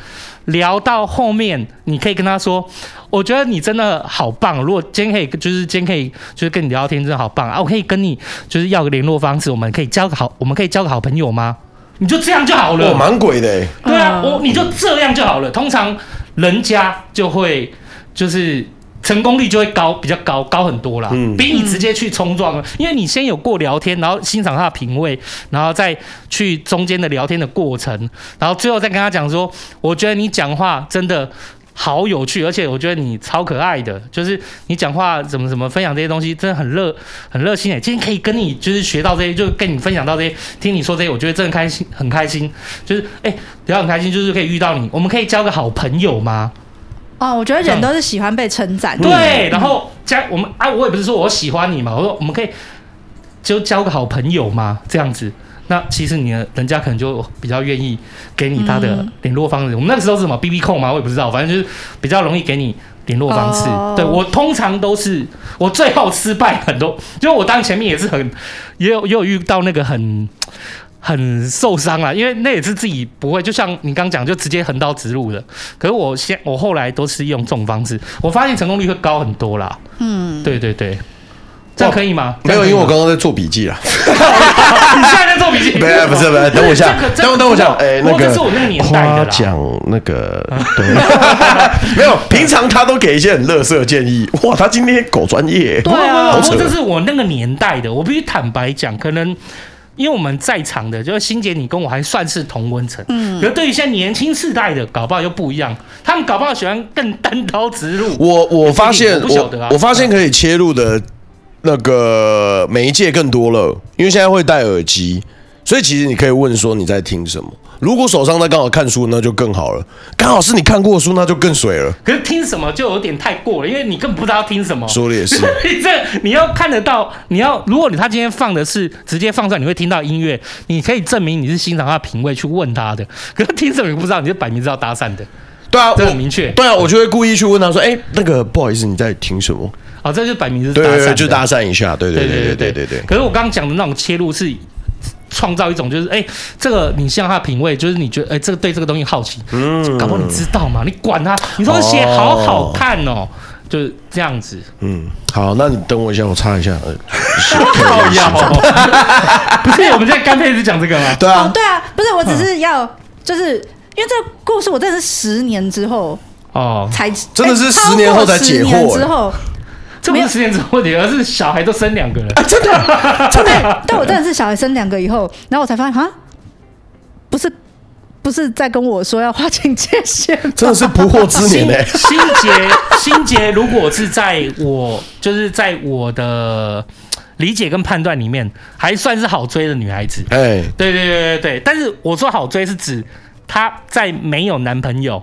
C: 聊到后面，你可以跟他说，我觉得你真的好棒。如果今天可以，就是今天可以，就是跟你聊天，真的好棒啊！我可以跟你就是要个联络方式，我们可以交个好，我们可以交个好朋友吗？你就这样就好
B: 我
C: 了。
B: 蛮鬼的、欸，
C: 对啊，
A: 嗯
C: 我你就这样就好了。通常人家就会就是成功率就会高，比较高，高很多啦，
B: 嗯
C: 比你直接去冲撞，啊因为你先有过聊天，然后欣赏他的品味，然后再去中间的聊天的过程，然后最后再跟他讲说，我觉得你讲话真的。好有趣，而且我觉得你超可爱的，就是你讲话怎么怎么分享这些东西，真的很热很热心诶、今天可以跟你就是学到这些，就跟你分享到这些，听你说这些，我觉得真的开心，很开心。就是哎、聊很开心，就是可以遇到你，我们可以交个好朋友吗？
A: 哦，我觉得人都是喜欢被称赞，
C: 对，啊然后加我们啊，我也不是说我喜欢你嘛，我说我们可以就交个好朋友嘛，这样子。那其实你的人家可能就比较愿意给你他的联络方式。我们那个时候是什么 B B 控嘛，我也不知道，反正就是比较容易给你联络方式。
A: 哦
C: 对我通常都是我最后失败很多，因为我当前面也是很也有也有遇到那个很很受伤啦，因为那也是自己不会，就像你刚讲，就直接横刀直入的。可是我现我后来都是用这种方式，我发现成功率会高很多啦。嗯，对对对，这样可以吗？
B: 哦没有，因为我
C: 刚
B: 刚刚在做笔记啦。
C: (laughs) 你现在在做笔记，
B: 没有， (laughs) 不是，不是，等我一下
C: 这个，这个
B: 等我，等我一下。哎，
C: 不
B: 那
C: 过
B: 个
C: 这是我那个年代
B: 夸
C: 的啦。
B: 奖那 (laughs) 个，对， (laughs) 没有，平常他都给一些很乐色建议。哇，他今天狗专业，
C: 对啊，
B: 好
C: 不
B: 扯
C: 过。这是我那个年代的，我必须坦白讲，可能。因为我们在场的，就是欣姐，你跟我还算是同温层，嗯，可是对于现在年轻世代的，搞不好又不一样，他们搞不好喜欢更单刀直入。
B: 我我发现
C: 我不晓
B: 我
C: 得啊
B: 我发现可以切入的那个媒介更多了，因为现在会戴耳机，所以其实你可以问说你在听什么。如果手上在刚好看书，那就更好了；刚好是你看过的书，那就更水了。
C: 可是听什么就有点太过了，因为你根本不知道听什么。
B: 说的也
C: (laughs)
B: 是，
C: 你这你要看得到，你要如果你他今天放的是直接放出来，你会听到音乐，你可以证明你是欣赏他的品味去问他的。可是听什么你不知道，你就摆明知道搭讪的，
B: 对啊，
C: 这
B: 我
C: 很明确。嗯
B: 对啊，我就会故意去问他说：“哎，那个不好意思，你在听什么
C: 好，哦这就摆明是？”搭
B: 对对
C: 讪的，
B: 对，就搭讪一下。对对
C: 对
B: 对
C: 对
B: 对对
C: 对
B: 对对。
C: 可是我刚刚讲的那种切入是。创造一种就是，哎、这个你像他的品味，就是你觉得，哎、这个对这个东西好奇，嗯，搞不好你知道嘛？你管他，你说鞋好好看哦，就是这样子，
B: 嗯，好，那你等我一下，我擦一下。呃
C: 靠腰，不是我们在干配是讲这个
B: (laughs)
C: 吗？
B: 对
A: 哦
B: 啊，，
A: 对啊，不是，我只是要
C: 嗯
A: 就是因为这个故事，我真的是十年之后
C: 哦，
A: 才
B: 真的是
A: 哎
B: 十
A: 超
B: 年
A: 过
B: 后才解
A: 十年
B: 惑哎
A: 之后，
C: 这不是十年之后的问题，而是小孩都生两个人。
B: 真的，
A: 对，但 (laughs) 我真的是小孩生两个以后，然后我才发现啊，不是不是在跟我说要划清界限吗，
B: 真的是不惑之年
C: 心
A: 哦
B: 哎。
C: 心杰，心杰，如果是在我，就是在我的理解跟判断里面，还算是好追的女孩子。
B: 哎，
C: 对对对对对，但是我说好追是指她在没有男朋友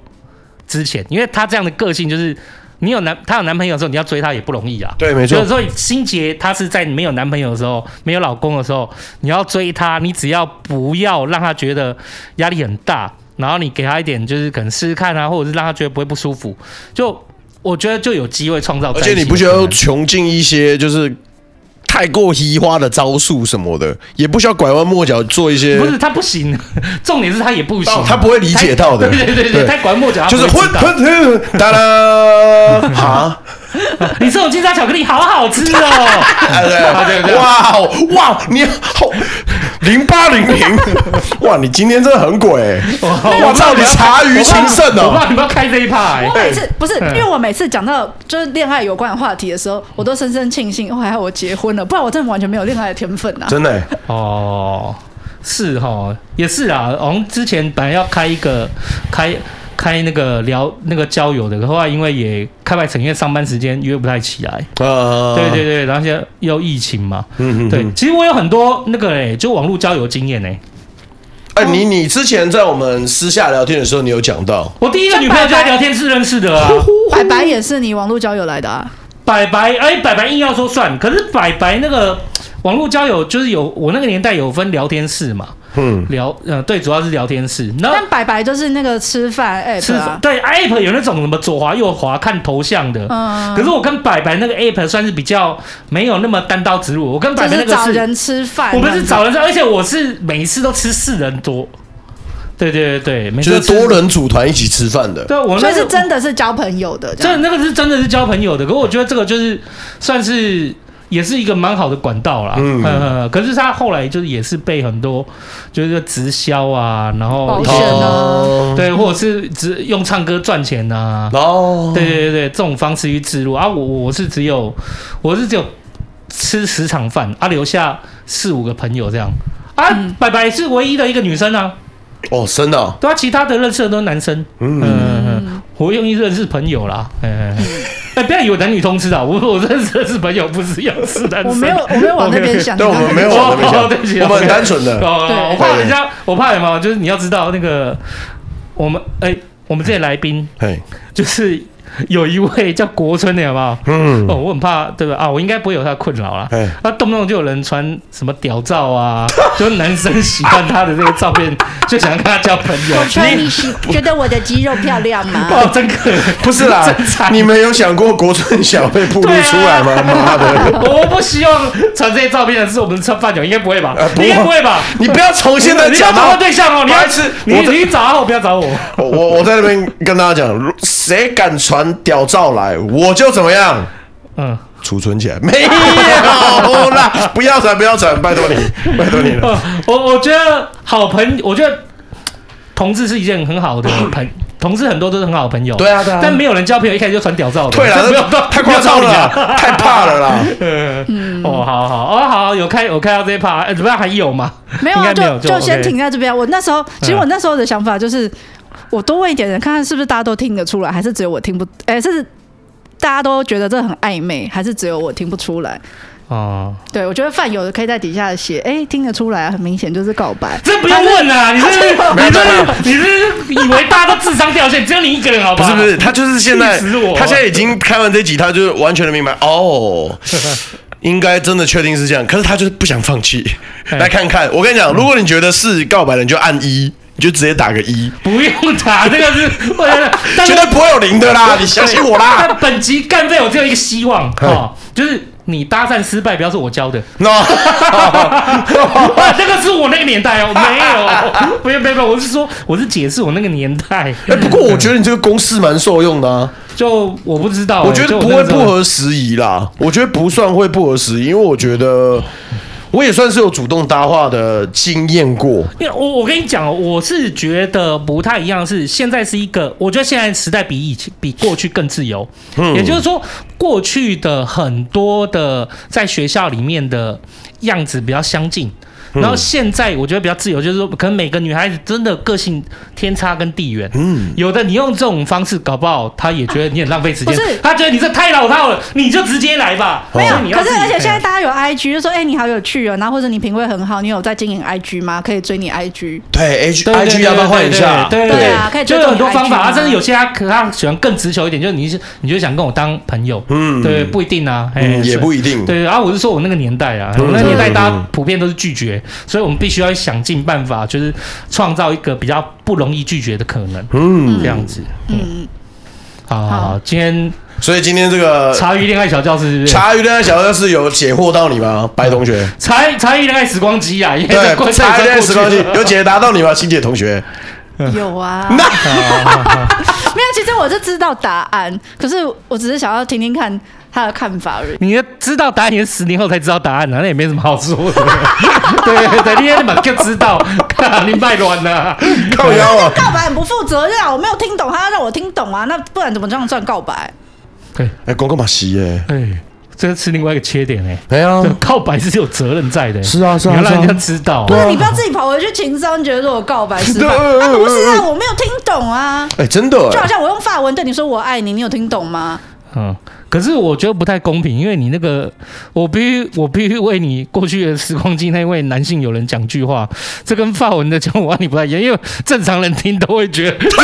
C: 之前，因为她这样的个性就是。你有男，她有男朋友的时候，你要追她也不容易啊。
B: 对没错
C: 所以所以心杰她是在没有男朋友的时候，没有老公的时候，你要追她，你只要不要让她觉得压力很大，然后你给她一点就是可能试试看啊，或者是让她觉得不会不舒服，哦就我觉得就有机会创造
B: 而
C: 在一起的可
B: 且
C: 能。
B: 你不需要穷尽一些就是太太过移花的招数什么的，也不需要拐弯抹角做一些
C: 不，是他不行，重点是他也不行
B: 哦，他不会理解到的
C: 对对对
B: 对
C: 对，他拐弯抹角，
B: 就是
C: 混
B: 混。混混，啊哒
C: (laughs)
B: 啦，哈，
C: 你这种金沙巧克力好好吃
B: (laughs)
C: 哦，
B: 啊对对，哇哦哇哦，你好。零八零零，
C: (laughs)
B: 哇！你今天真的很鬼、哦我操！你茶余情甚
C: 我不知
B: 哦、
C: 道你们要开这一趴、欸
A: 我。每次不是，因为我每次讲到就是恋爱有关的话题的时候，我都深深庆幸，哦，还好我结婚了，不然我真的完全没有恋爱的天分啊。
B: 真的、欸，
C: 哦，是哈，也是啊。我们之前本来要开一个开开那个聊那个交友的，后来因为也开外城，因为上班时间约不太起来。
B: 呃，
C: (laughs) 对对对，然后现在又疫情嘛，
B: 嗯嗯嗯
C: 对，其实我有很多那个嘞，就网络交友经验嘞。
B: 哎、你你之前在我们私下聊天的时候，你有讲到，
C: 我第一个女朋友就在聊天室认识的啊，
A: 白白也是你网络交友来的啊，
C: 百白，哎，百白硬要说算，可是百白那个网络交友就是有我那个年代有分聊天室嘛，
B: 嗯，
C: 聊，呃，对，主要是聊天室，然后
A: 但白白就是那个吃饭 app
C: 是
A: 啊，
C: 对哎 app 有那种什么左滑右滑看头像的，
A: 嗯
C: 可是我跟百白那个 app 算是比较没有那么单刀直入，我跟百
A: 就
C: 白那
A: 是
C: 个
A: 找
C: 是，
A: 人吃饭，
C: 我们是找人，而且我是每一次都吃四人多，对对对对，每次
B: 就
C: 都
B: 是
C: 吃
B: 多，人组团一起吃饭的，
C: 对，我们
A: 所
C: 那
A: 以是
C: 个
A: 真的是交朋友的，这
C: 这
A: 样
C: 那个是真的是交朋友的，可我觉得这个就是算是也是一个蛮好的管道啦。
B: 嗯
C: 嗯、可是他后来就是也是被很多就是直销啊，然后
A: 保
C: 一
A: 险
C: 些
A: 啊
B: 哦，
C: 对，或者是只用唱歌赚钱呐、啊。
B: 哦，
C: 对对对对，这种方式去植入啊，我我是只有我是只有吃十场饭啊，留下四五个朋友这样啊，
A: 嗯
C: 白白是唯一的一个女生啊，
B: 哦，真的哦、
C: 对啊，其他的认识的都是男生，嗯
B: 嗯，
C: 嗯嗯，我用意认识朋友啦，哎
A: (laughs)
C: 哎哎哎，不要以为男女通吃啊，我我认识的是朋友，不是要吃男生，
A: 我没有我没有往那边想，
B: 对，我
A: 你刚
B: 们
A: 才
B: 没有啊
C: 哦
B: 往那边
C: 哦对不起
B: 想，我们很单纯
C: 哦，
B: 的，
C: 哦
A: 对
C: 我怕人家，我怕什么？就是你要知道那个我们哎，我们这些来宾
B: 嘿，
C: 就是有一位叫国春的，好不好？
B: 嗯哎
C: 哦，，我很怕，对吧？啊，我应该不会有他的困扰啦。
B: 嘿，
C: 那动不动就有人传什么屌照
B: (laughs)
C: 啊，就是男生喜欢他的这个照片，就想跟他交朋友。
A: 我穿你喜觉得我的肌肉漂亮吗？
C: (laughs) 哇，真可
B: 不是
C: (laughs)
B: 啦
C: 正
B: (laughs)
C: 常，
B: 你们有想过国春小被暴露
C: 对啊
B: 出来吗？妈的，
C: (laughs) 我不希望传这些照片的是我们的饭友，应该不会吧？
B: 呃不
C: 你应该不会吧？
B: 你不要从现在
C: 你要
B: 讲
C: 找
B: 到
C: 到对象哦，你要
B: 白痴
C: 你
B: 我这
C: 你找他，我不要找我。
B: 我我我在那边跟大家讲，如谁敢传屌照来，我就怎么样。
C: 嗯，
B: 储存起来，没有啦，不要传，不要传，拜托你，拜托你了。
C: (laughs) 呃我我觉得好朋友，我觉得同志是一件很好的
B: (coughs)
C: 朋。同志很多都是很好的朋友，
B: 对啊对啊
C: 但没有人交朋友一开始就传屌照的，
B: 退
C: 这
B: 了，
C: 没有
B: 那太夸张了
C: 啊
B: 啦，太怕了啦。
C: 嗯，哦，好好哦，好，有开有开到这一趴，哎怎么样？还有吗？
A: 没有
C: 应
A: 啊，
C: 该没
A: 就
C: 有就
A: 就先
C: OK
A: 停在这边啊。我那时候，其实
C: 嗯
A: 我那时候的想法就是，我多问一点人，看看是不是大家都听得出来，还是只有我听不，哎、是大家都觉得这很暧昧，还是只有我听不出来？
C: 哦，
A: 对，我觉得饭友可以在底下写，哎、听得出来啊，很明显就是告白。
C: 这不用问啦，你是
B: (laughs) 没有
C: 你
B: 没有
C: 是你是以为大家都智商掉线，只有你一个人好不
B: 不
C: 好？
B: 是不是，他就是现在
C: 气死我，
B: 他现在已经开完这集，他就是完全的明白哦。 (laughs) 应该真的确定是这样，可是他就是不想放弃。
C: 哎
B: 来看看，我跟你
C: 嗯
B: 讲，如果你觉得是告白的，你就按一，你就直接打个一，
C: 不用打，这个
B: (laughs)
C: 是为了，但
B: 绝
C: 是
B: 对不会有零的啦，你相信我啦。
C: 但本集干队友只有一个希望哦，就是你搭讪失败，不要是我教
B: (laughs)
C: 的，
B: (laughs)
C: (laughs)
B: 那
C: 哇这个是我那个年代哦，没有， (laughs) 没有没有没有，我是说我是解释我那个年代，
B: 哎，不过我觉得你这个公式蛮受用的啊。
C: (laughs) 就我不知道，
B: 我觉
C: 就
B: 得不会
C: 那时候
B: 不合时宜啦，我觉得不算会不合时宜，因为我觉得我也算是有主动搭话的经验过。
C: 因为我我跟你讲哦，我是觉得不太一样是，现在是一个，我觉得现在时代比以前比过去更自由，也就是说，过去的很多的在学校里面的样子比较相近。然后现在我觉得比较自由，就是说，可能每个女孩子真的个性天差跟地远，
B: 嗯，
C: 有的你用这种方式，搞不好她也觉得你很浪费时间
A: 不是，
C: 她觉得你这太老套了，你就直接来吧。
A: 没有
C: 所以你，要
A: 可是
C: 自己
A: 而且现在
C: 哎
A: 大家有 IG 就说，哎、你好有趣哦，然后或者你品味很好，你有在经营 IG 吗？可以追你 IG。
B: 对，H
C: 对
B: I
C: 对
B: G
C: 对
B: 要不要换一下？
C: 对
A: 对
C: 对
A: 啊可以
C: 就
A: 追
C: 有
A: 踪
C: 很多
A: 你的
C: 方
A: IG
C: 法啊，
A: 嘛
C: 甚至有些他可他喜欢更直球一点，就是你你就想跟我当朋友，
B: 嗯
C: 对，不一定啊，哎
B: 嗯，也不一定。
C: 对。然后我是说我那个年代啊，
B: 嗯
C: 我那个年代
B: 嗯
C: 大
B: 嗯
C: 家普遍都是拒绝，所以我们必须要想尽办法，就是创造一个比较不容易拒绝的可能，
B: 嗯
C: 这样子。嗯，
A: 嗯，
C: 好，
A: 好
C: 今天
B: 所以今天这个
C: 茶余恋爱小教室是不是？
B: 呃茶余恋爱小教室有解惑到你
C: 嗯
B: 吗，白同
C: (laughs)
B: 学？
C: 茶茶余恋爱时光机啊，因为这过
B: 对，
C: 这
B: 茶余恋爱
C: 已
B: 时
C: 经
B: 光
C: 过
B: 机
C: 去
B: 有
C: 了。
B: 解答到你吗，欣姐同
C: (laughs)
B: 学？
A: (laughs) 有啊，没有。其实我是知道答案，可是我只是想要听听看他的看法而已。
C: 你知道答案，你是十年后才知道答案啊，那也没什么好说的。
B: (laughs)
C: 对对，你也马就知道，看你卖卵
B: (laughs)
C: 了。
B: 靠腰啊！
A: 告白很不负责任啊！我没有听懂，他要让我听懂啊，那不然怎么这样算告白？
B: 哎，广告马西耶，
C: 哎，这是另外一个缺点哎、
B: 哎呀
C: 这，告白是有责任在的、
B: 是啊是啊
C: 你要让
B: 是啊
C: 人家知道。
A: 不是你不要自己跑回去情商，觉得说我告白失败，
B: 对
A: 啊不是啊，我没有听懂啊。
B: 哎，真的
A: 就好
B: 哎，
A: 像我用法文对你说我爱你，你有听懂吗？
C: 嗯，可是我觉得不太公平，因为你那个，我必须我必须为你过去的时光机那位男性友人讲句话，这跟发文的讲我爱你不太一样，因为正常人听都会觉得这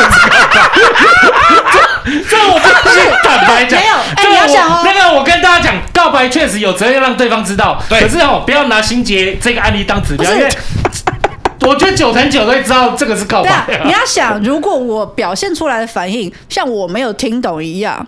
C: 这我不是坦白讲，
A: 没有哎
C: 这个
A: 你要
C: 我
A: 想哦
C: 那个我跟大家讲，告白确实有责任让对方知道，
B: 对
C: 可是哦，不要拿心结这个案例当指标，
A: 不
C: 因
A: 是
C: 为我觉得九成九都会知道这个是告
A: 对
C: 白、
A: 啊，你要想，如果我表现出来的反应像我没有听懂一样，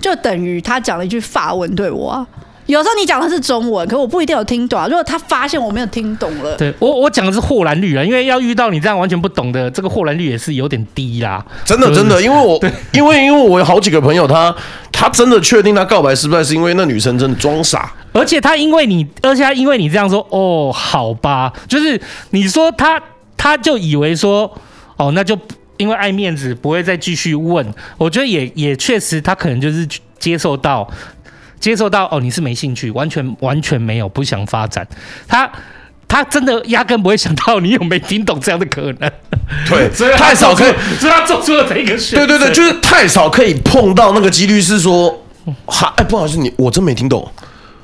A: 就等于他讲了一句法文对我啊。有时候你讲的是中文，可我不一定有听懂啊。如果他发现我没有听懂了，
C: 对我，我讲的是豁然率啊，因为要遇到你这样完全不懂的，这个豁然率也是有点低啦。
B: 真的
C: 对 (laughs)
B: 真的，因为我因为因为我有好几个朋友，他他真的确定他告白失败，是因为那女生真的装傻。
C: 而且他因为你，而且他因为你这样说，哦，好吧，就是你说他，他就以为说，哦，那就因为爱面子，不会再继续问。我觉得也也确实，他可能就是接受到，接受到哦，你是没兴趣，完全完全没有不想发展。他他真的压根不会想到你有没听懂这样的可能，
B: 对
C: (laughs) 所以，他
B: 太少
C: 做
B: 可
C: 出
B: 以，
C: 所以他做出了这个选
B: 对对
C: 择。
B: 对，就是太少可以碰到那个几率是说，哈，哎，不好意思，你我真没听懂。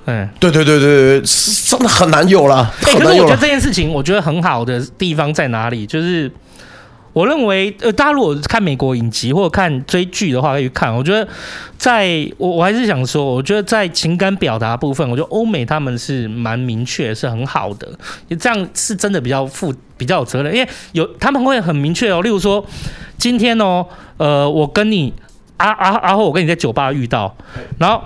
C: 嗯。
B: 对对对对对，是真的很难有 (laughs) 啦，
C: 欸
B: 很
C: 可
B: 难啊
C: 是我
B: 有
C: 觉得
B: 啦。
C: 这件事情，我觉得很好的地方在哪里？就是我认为，呃，大家如果看美国影集或者看追剧的话，可以看。我觉得在，我我还是想说，我觉得在情感表达部分，我觉得欧美他们是蛮明确，是很好的。这样是真的比较负，比较有责任，因为有他们会很明确哦。例如说，今天哦，呃，我跟你啊啊啊，后我跟你在酒吧遇到，然后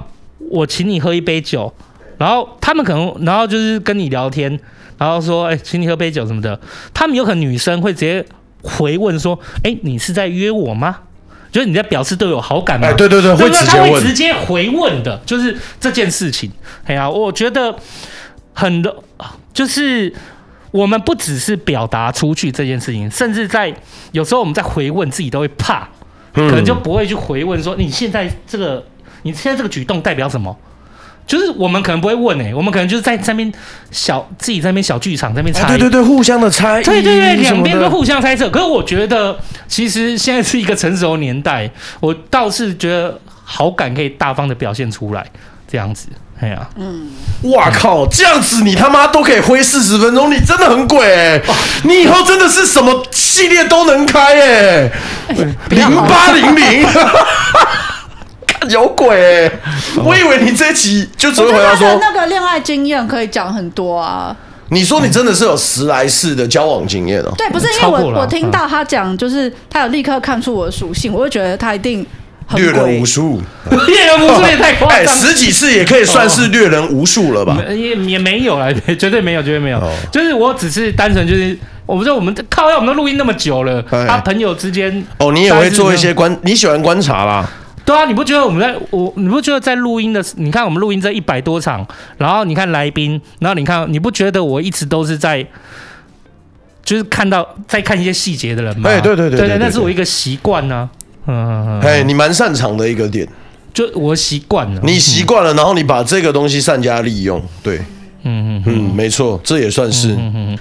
C: 我请你喝一杯酒。然后他们可能，然后就是跟你聊天，然后说，哎、请你喝杯酒什么的。他们有可能女生会直接回问说，哎、你是在约我吗？就是你在表示对我有好感吗？
B: 哎，对对对，
C: 对
B: 会
C: 不对
B: 直
C: 他
B: 接
C: 会
B: 问
C: 直。接回问的，就是这件事情。哎呀、我觉得很多就是我们不只是表达出去这件事情，甚至在有时候我们在回问自己都会怕，
B: 嗯
C: 可能就不会去回问说你现在这个你现在这个举动代表什么。就是我们可能不会问哎、我们可能就是在在那边小自己在那边小剧场在那边
B: 哎
C: 猜、
B: 对对对，互相的猜疑，
C: 对对对，
B: E 什
C: 两
B: 么
C: 边都
B: 的。
C: 互相猜测。可是我觉得，其实现在是一个成熟年代，我倒是觉得好感可以大方的表现出来，这样子。哎呀、 (laughs)
B: 哇靠，这样子你他妈都可以挥四十分钟，你真的很鬼欸！
C: 哦
B: 你以后真的是什么系列都能开哎，零
C: 啊
B: 八零零。干有鬼、欸！
C: 哦
B: 我以为你这一集就只
A: 我
B: 会
A: 觉
B: 回答
A: 得他的
B: 说，
A: 那个恋爱经验可以讲很多啊。
B: 你说你真的是有十来次的交往经验哦、
A: 对，不是因为
C: 超过
A: 我
C: 了
A: 我听到他讲，就是他有立刻看出我的属性，我就觉得他一定很
B: 掠人
A: 鬼
B: 无。数。
C: 猎人无数也太夸
B: 哎，
C: 张。
B: 十几次也可以算是掠人无数了吧？
C: 也也 (laughs) 哦没有啦，绝对没有，绝对没有。
B: 哦
C: 就是我只是单纯就是，我们就我们靠要我们都录音那么久了，
B: 哎
C: 他、朋友之间
B: 哦，你也会做一
C: 大概是这
B: 些
C: 样
B: 观，你喜欢观察啦。
C: 对啊，你不觉得我们在我你不觉得在录音的？你看我们录音这一百多场，然后你看来宾，然后你看你不觉得我一直都是在，就是看到在看一些细节的人吗？
B: 哎对对对
C: 对
B: 对对
C: 那是我一个习惯呢。嗯，嗯嗯
B: 哎，你蛮擅长的一个点，
C: 就我习惯了。
B: 你习惯了，然后你把这个东西善加利用。对，
C: 嗯嗯嗯
B: 嗯，没错，这也算是。
C: 嗯嗯，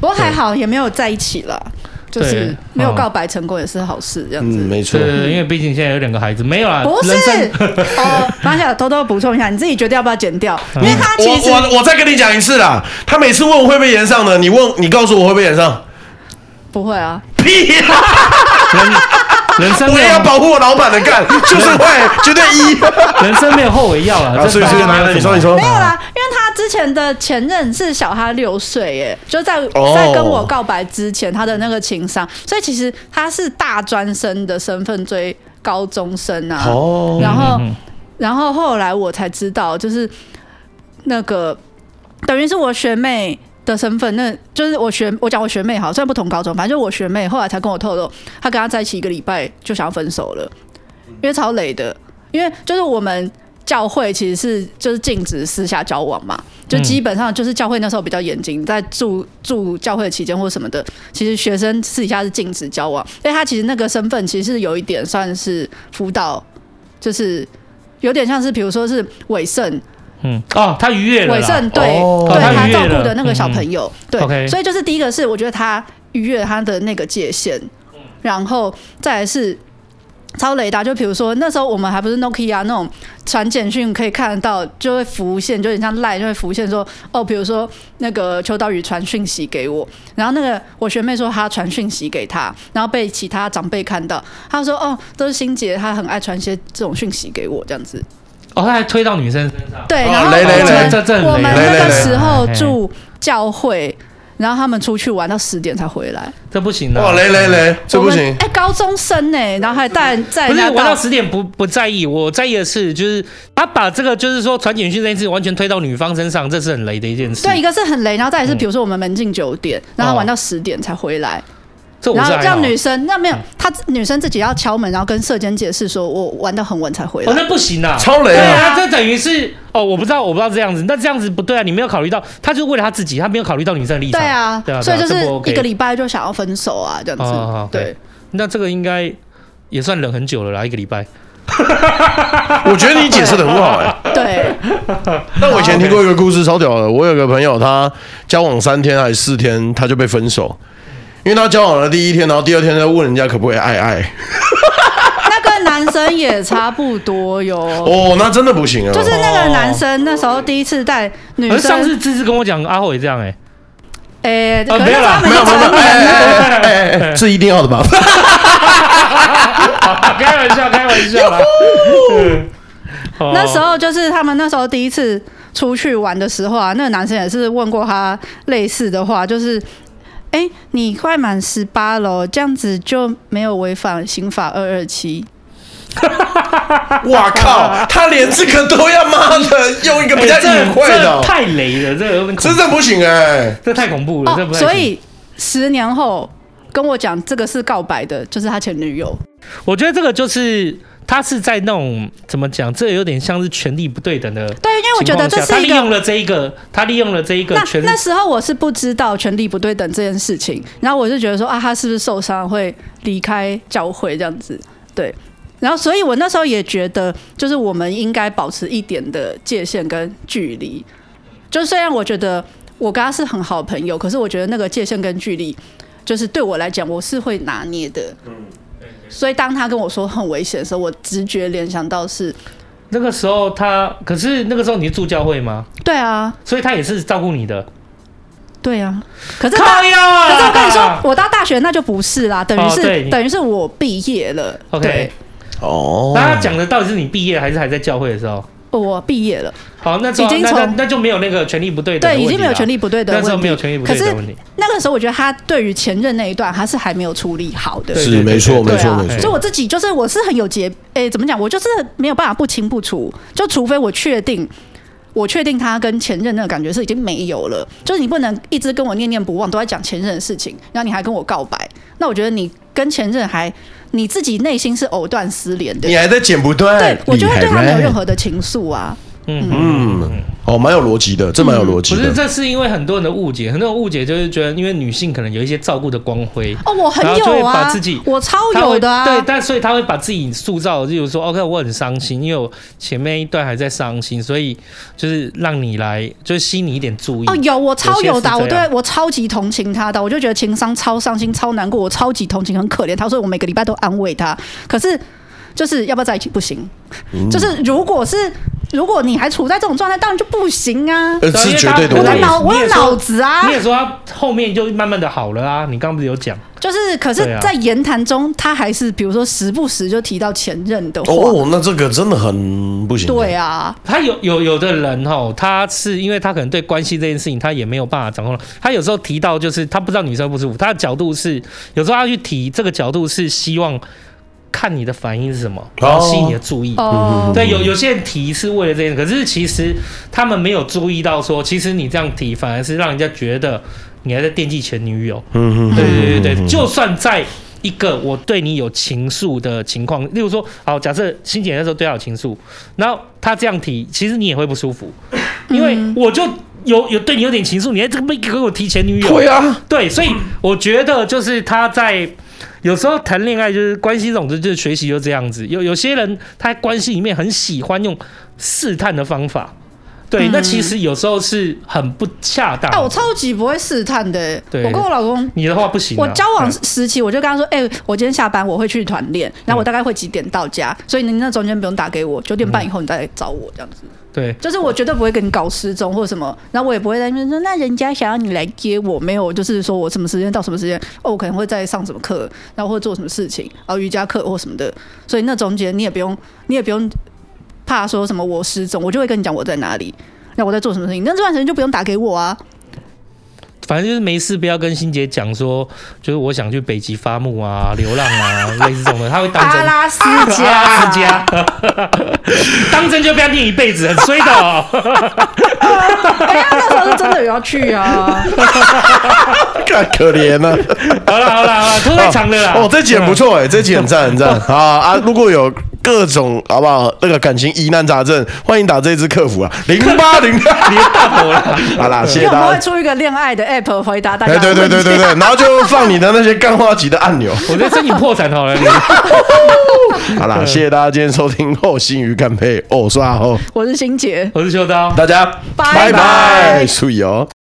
A: 不过还好也没有在一起了，就是
C: 对
A: 没有
C: 嗯
A: 告白成功也是好事，这样
B: 嗯
A: 子，。
B: 没错
C: 对。对对，因为毕竟现在有两个孩子，没有啦，
A: 不是
C: 啊人生，
A: (laughs) 哦，马小偷偷补充一下，你自己决定要不要剪
C: (laughs)
A: 掉，
C: 嗯
A: 因为他其
B: 我
A: 实
B: 我我再跟你讲一次啦，他每次问我会不会延上的，你问你告诉我会不会延上？
A: 不会啊，
B: 屁啦！
C: 人人
B: (laughs)
C: 生
B: 我
C: 没
B: 也要
C: 有
B: 保护我老板的
C: (laughs)
B: 干，就是会，绝对一。
C: 人生没有后悔药
B: 啊，
C: 了。
B: 所以所以来来，
C: 嗯
B: 你说你说
A: 没，有
C: 啊
A: 啦，因为他之前的前任是小他六岁，耶，就在
B: 哦
A: 在跟我告白之前，他的那个情商，所以其实他是大专生的身份追高中生啊，
B: 哦，
A: 然后
C: 嗯
A: 然后后来我才知道，就是那个等于是我学妹的身份，那就是我学我讲我学妹好，虽然不同高中，反正就是我学妹后来才跟我透露，她跟她在一起一个礼拜就想要分手了，因为超累的，因为就是我们。教会其实是就是禁止私下交往嘛，就
C: 嗯
A: 基本上就是教会那时候比较严谨，在住住教会期间或什么的，其实学生私底下是禁止交往。所以他其实那个身份其实是有一点算是辅导，就是有点像是比如说是伟盛，
C: 嗯，哦，他愉悦了啦，
A: 伟盛对、
B: 哦
A: 对
C: 他
A: 他
C: 愉悦
A: 照顾
C: 了
A: 的那个小
C: 嗯
A: 朋友，对
C: OK
A: 所以就是第一个是我觉得他逾越他的那个界限，然后再来是。超雷达，就比如说那时候我们还不是 Nokia 那种传简讯可以看得到，就会浮现，就有点像赖，就会浮现说哦，比如说那个邱道宇传讯息给我，然后那个我学妹说她传讯息给她，然后被其他长辈看到，她说哦，都是欣姐，她很爱传一些这种讯息给我这样子。
C: 哦，他还推到女生身上，
A: 对，
B: 哦
A: 然后
B: 雷雷
A: 我
B: 雷
A: 们
C: 这这很
A: 我们
C: 雷
A: 那
B: 雷
A: 个
B: 雷
A: 时候
C: 嘿
A: 住教会，然后他们出去玩到十点才回来。
C: 这不行的。啊
B: 哇，雷雷雷，这
A: 我
B: 不
A: 们
B: 行，
A: 哎，高中生呢，然后还带带
C: 不
A: 人
C: 是
A: 家
C: 玩到十点不不在意，我在意的是，就是他把这个就是说传简讯这件事完全推到女方身上，这是很雷的一件事。
A: 对，一，个是很雷，然后再也是
C: 嗯
A: 比如说我们门禁九点，然后
C: 哦
A: 玩到十点才回来，
C: 这我
A: 然
C: 是
A: 后
C: 还好嗯
A: 让女生那没有，她女生自己要敲门，然后跟社监解释说我玩到很晚才回
C: 哦，
A: 来。
C: 那不行啊。
B: 超雷
C: 对
B: 啊！
C: 啊，这等于是哦，我不知道，我不知道这样子，那这样子不对啊，你没有考虑到，他就为了他自己，他没有考虑到女生的立场。
A: 对啊
C: 对啊，，
A: 所以就
C: 这
A: 是
C: 不 OK
A: 一个礼拜就想要分手啊，这样
C: 哦好
A: 子。对，
C: 那这个应该也算忍很久了啦，一个礼拜。
A: 啊
B: 我觉得你解释的很好哎、
A: 对，
B: (laughs) 但我以前听过一个故事，超屌的。我有个朋友，他交往三天还是四天，他就被分手，因为他交往了第一天，然后第二天再问人家可不可以爱爱。
A: 那跟男生也差不多哟。
B: 哦，那真的不行啊。
A: 就是那个男生那时候第一次带女
C: 可是呃上
A: 生，
C: 次芝芝跟我讲阿后也这样哎、
A: 诶、
C: 啊
A: 可
C: 没
A: 是
C: 有
A: 他
C: 啦
A: 们
B: 没有
A: 就
B: 没
A: 成
B: 有没有，
A: 年
B: 哎
A: 了，
B: 哎哎哎哎，是一定要的
C: (laughs)
B: 吧？
C: 啊开玩笑，开玩
A: (laughs)
C: 笑啦。哦
A: 那时候就是他们那时候第一次出去玩的时候啊，那个男生也是问过他类似的话，就是。哎、你快满十八喽，这样子就没有违反刑法二二七。
B: 哇靠，他连这个都要妈的用一个比较
C: 哎这
B: 隐晦
C: 这
B: 的，哦
C: 太雷了，这个有点恐
B: 真的不行哎。
C: 这太恐怖了，这
A: 哦
C: 不，太
A: 所
C: 行
A: 以十年后跟我讲这个是告白的，就是他前女友。
C: 我觉得这个就是他是在那种怎么讲，这有点像是权力不对等的。
A: 对，因为我觉得这
C: 他
A: 是一
C: 利
A: 个
C: 用了这一个，他利用了这一个
A: 那
C: 权力
A: 那时候我是不知道权力不对等这件事情，然后我就觉得说啊，他是不是受伤会离开教会这样子？对，然后所以我那时候也觉得，就是我们应该保持一点的界限跟距离。就虽然我觉得我跟他是很好的朋友，可是我觉得那个界限跟距离，就是对我来讲，我是会拿捏的。所以当他跟我说很危险的时候，我直觉联想到是，
C: 那个时候他，可是那个时候你是住教会吗？
A: 对啊，
C: 所以他也是照顾你的。
A: 对啊。可是他
C: 靠腰啊！
A: 可是我跟你说，我到大学那就不是啦，等于
C: 哦对
A: 是、
C: 你
A: 等于是我毕业了。
C: OK
A: 对，
B: 哦
C: 那他讲的到底是你毕业还是还在教会的时候？
A: 我毕业了，
C: 好，那时候
A: 已经
C: 那那
A: 从
C: 那就没有那个权力不对等的
A: 对，已
C: 问
A: 经
C: 题
A: 没有
C: 啦
A: 权利不对等
C: 那时候
A: 问
C: 没
A: 题。
C: 有权力不对
A: 可
C: 等
A: 是
C: 的问题。
A: 那个时候我觉得他对于前任那一段，他是还没有处理好的。
C: 对
B: 是没错
A: 对
B: 没错
A: 啊
B: 没，
A: 所以
B: 错，
A: 我自己就是我是很有洁，诶、怎么讲？我就是没有办法不清不楚，就除非我确定，呃我确定他跟前任那个感觉是已经没有了，就是你不能一直跟我念念不忘，都在讲前任的事情，然后你还跟我告白，那我觉得你跟前任还你自己内心是藕断丝连的
B: 你。还在剪不断，
A: 对，我觉得对他没有任
B: 何
A: 何的情愫啊。
C: 嗯
B: 嗯，哦，蛮有逻辑的，这蛮有逻辑
C: 不是，
B: 的。
C: 这是因为很多人的误解，很多人误解就是觉得，因为女性可能有一些照顾的光辉，
A: 哦，我很
C: 然后就会
A: 有
C: 把
A: 啊
C: 自己，
A: 我超
C: 她会
A: 有的啊。
C: 对，但所以她会把自己塑造，例如说，OK，我很伤心，因为我前面一段还在伤心，所以就是让你来，就是吸你一点注意。
A: 哦，有我超有的啊，
C: 有
A: 我
C: 些是这样
A: 对我超级同情他的，我就觉得情商超伤心、超难过，我超级同情，很可怜他，所以我每个礼拜都安慰他。可是就是要不要在一起不行，
B: 嗯
A: 就是如果是如果你还处在这种状态，当然就不行啊。
B: 呃，
C: 对啊
B: 是
C: 因为
B: 绝
C: 他
B: 对的
A: 我
C: 对
A: 的
B: 问
C: 也
A: 脑我的
B: 题
C: 是。你也说
A: 脑子啊
C: 你，也说她后面就慢慢的好了啊，你刚刚不是有讲？
A: 就是可是
C: 对啊，
A: 在言谈中，他还是比如说时不时就提到前任的话，
B: 哦，那这个真的很不行。
A: 对，啊，
C: 他有有有的人哦，他是因为他可能对关系这件事情他也没有办法掌控了。他有时候提到就是他不知道女生不舒服，他的角度是有时候他去提这个角度是希望看你的反应是什么，然后吸引你的注意。
B: 嗯
A: 哦，
C: 对，有有些人提是为了这件事，可是其实他们没有注意到说，其实你这样提反而是让人家觉得你还在惦记前女友。
B: 嗯嗯，
C: 对对对对，就算在一个我对你有情愫的情况，例如说，好，假设欣姐那时候对他有情愫，然后他这样提，其实你也会不舒服，
B: 嗯
C: 因为我就有有对你有点情愫，你还这么给我提前女友，
B: 会啊，
C: 对，所以我觉得就是他在有时候谈恋爱就是关系，总之就是学习就这样子。有有些人他在关系里面很喜欢用试探的方法，对，
B: 嗯
C: 那其实有时候是很不恰当的。
A: 哎，我超级不会试探的欸，
C: 啊对
A: 我跟我老公
C: 你的话不行啊、
A: 我交往
C: 嗯
A: 时期，我就跟他说：“哎、我今天下班我会去团练，然后我大概会几点到家，所以你那中间不用打给我，九点半以后你再来找我这样
C: 嗯
A: 子。
C: 对
A: 就是我绝对不会跟你搞失踪或者什么，然后我也不会在那边说那人家想要你来接我，没有，就是说我什么时间到什么时间，哦，我可能会在上什么课，然后或者做什么事情，然后瑜伽课或什么的，所以那中间你也不用，你也不用怕说什么我失踪，我就会跟你讲我在哪里，那我在做什么事情，那这段时间就不用打给我啊。”
C: 反正就是没事，不要跟欣姐讲说，就是我想去北极发木啊、流浪啊，类似这种的，他会当真。
A: 阿拉斯加，
C: 阿拉斯加，当真就不要念一辈子，很衰的、
A: (laughs)
C: 哦。
A: 哎呀，那时候是真的有要去
B: (laughs)
A: 啊。
B: 干可怜啊。
C: 好了好了好了，拖太长了啦。
B: 哦，这集很不错哎，这集很赞很赞
C: (laughs)
B: 啊啊！如果有各种好不好那个感情疑难杂症，欢迎打这支客服啊，零八零。
C: (laughs) 你的大头了。
B: (laughs) 好啦，谢
A: 因为
B: 谢
A: 我们
B: 大
A: 会
B: 家。
A: 出一个恋爱的 app 回答大家
B: 哎，
A: 的
B: 对
A: 问题。
B: 对对对对，然后就放你的那些干花级的按钮。
C: 我觉得申请破产好了，你
B: 好啦，谢谢大家今天收听后心鱼干配哦，刷哦，
A: 我是欣杰，
C: 我是修刀。
B: 大家
A: 拜拜
B: 注意哦。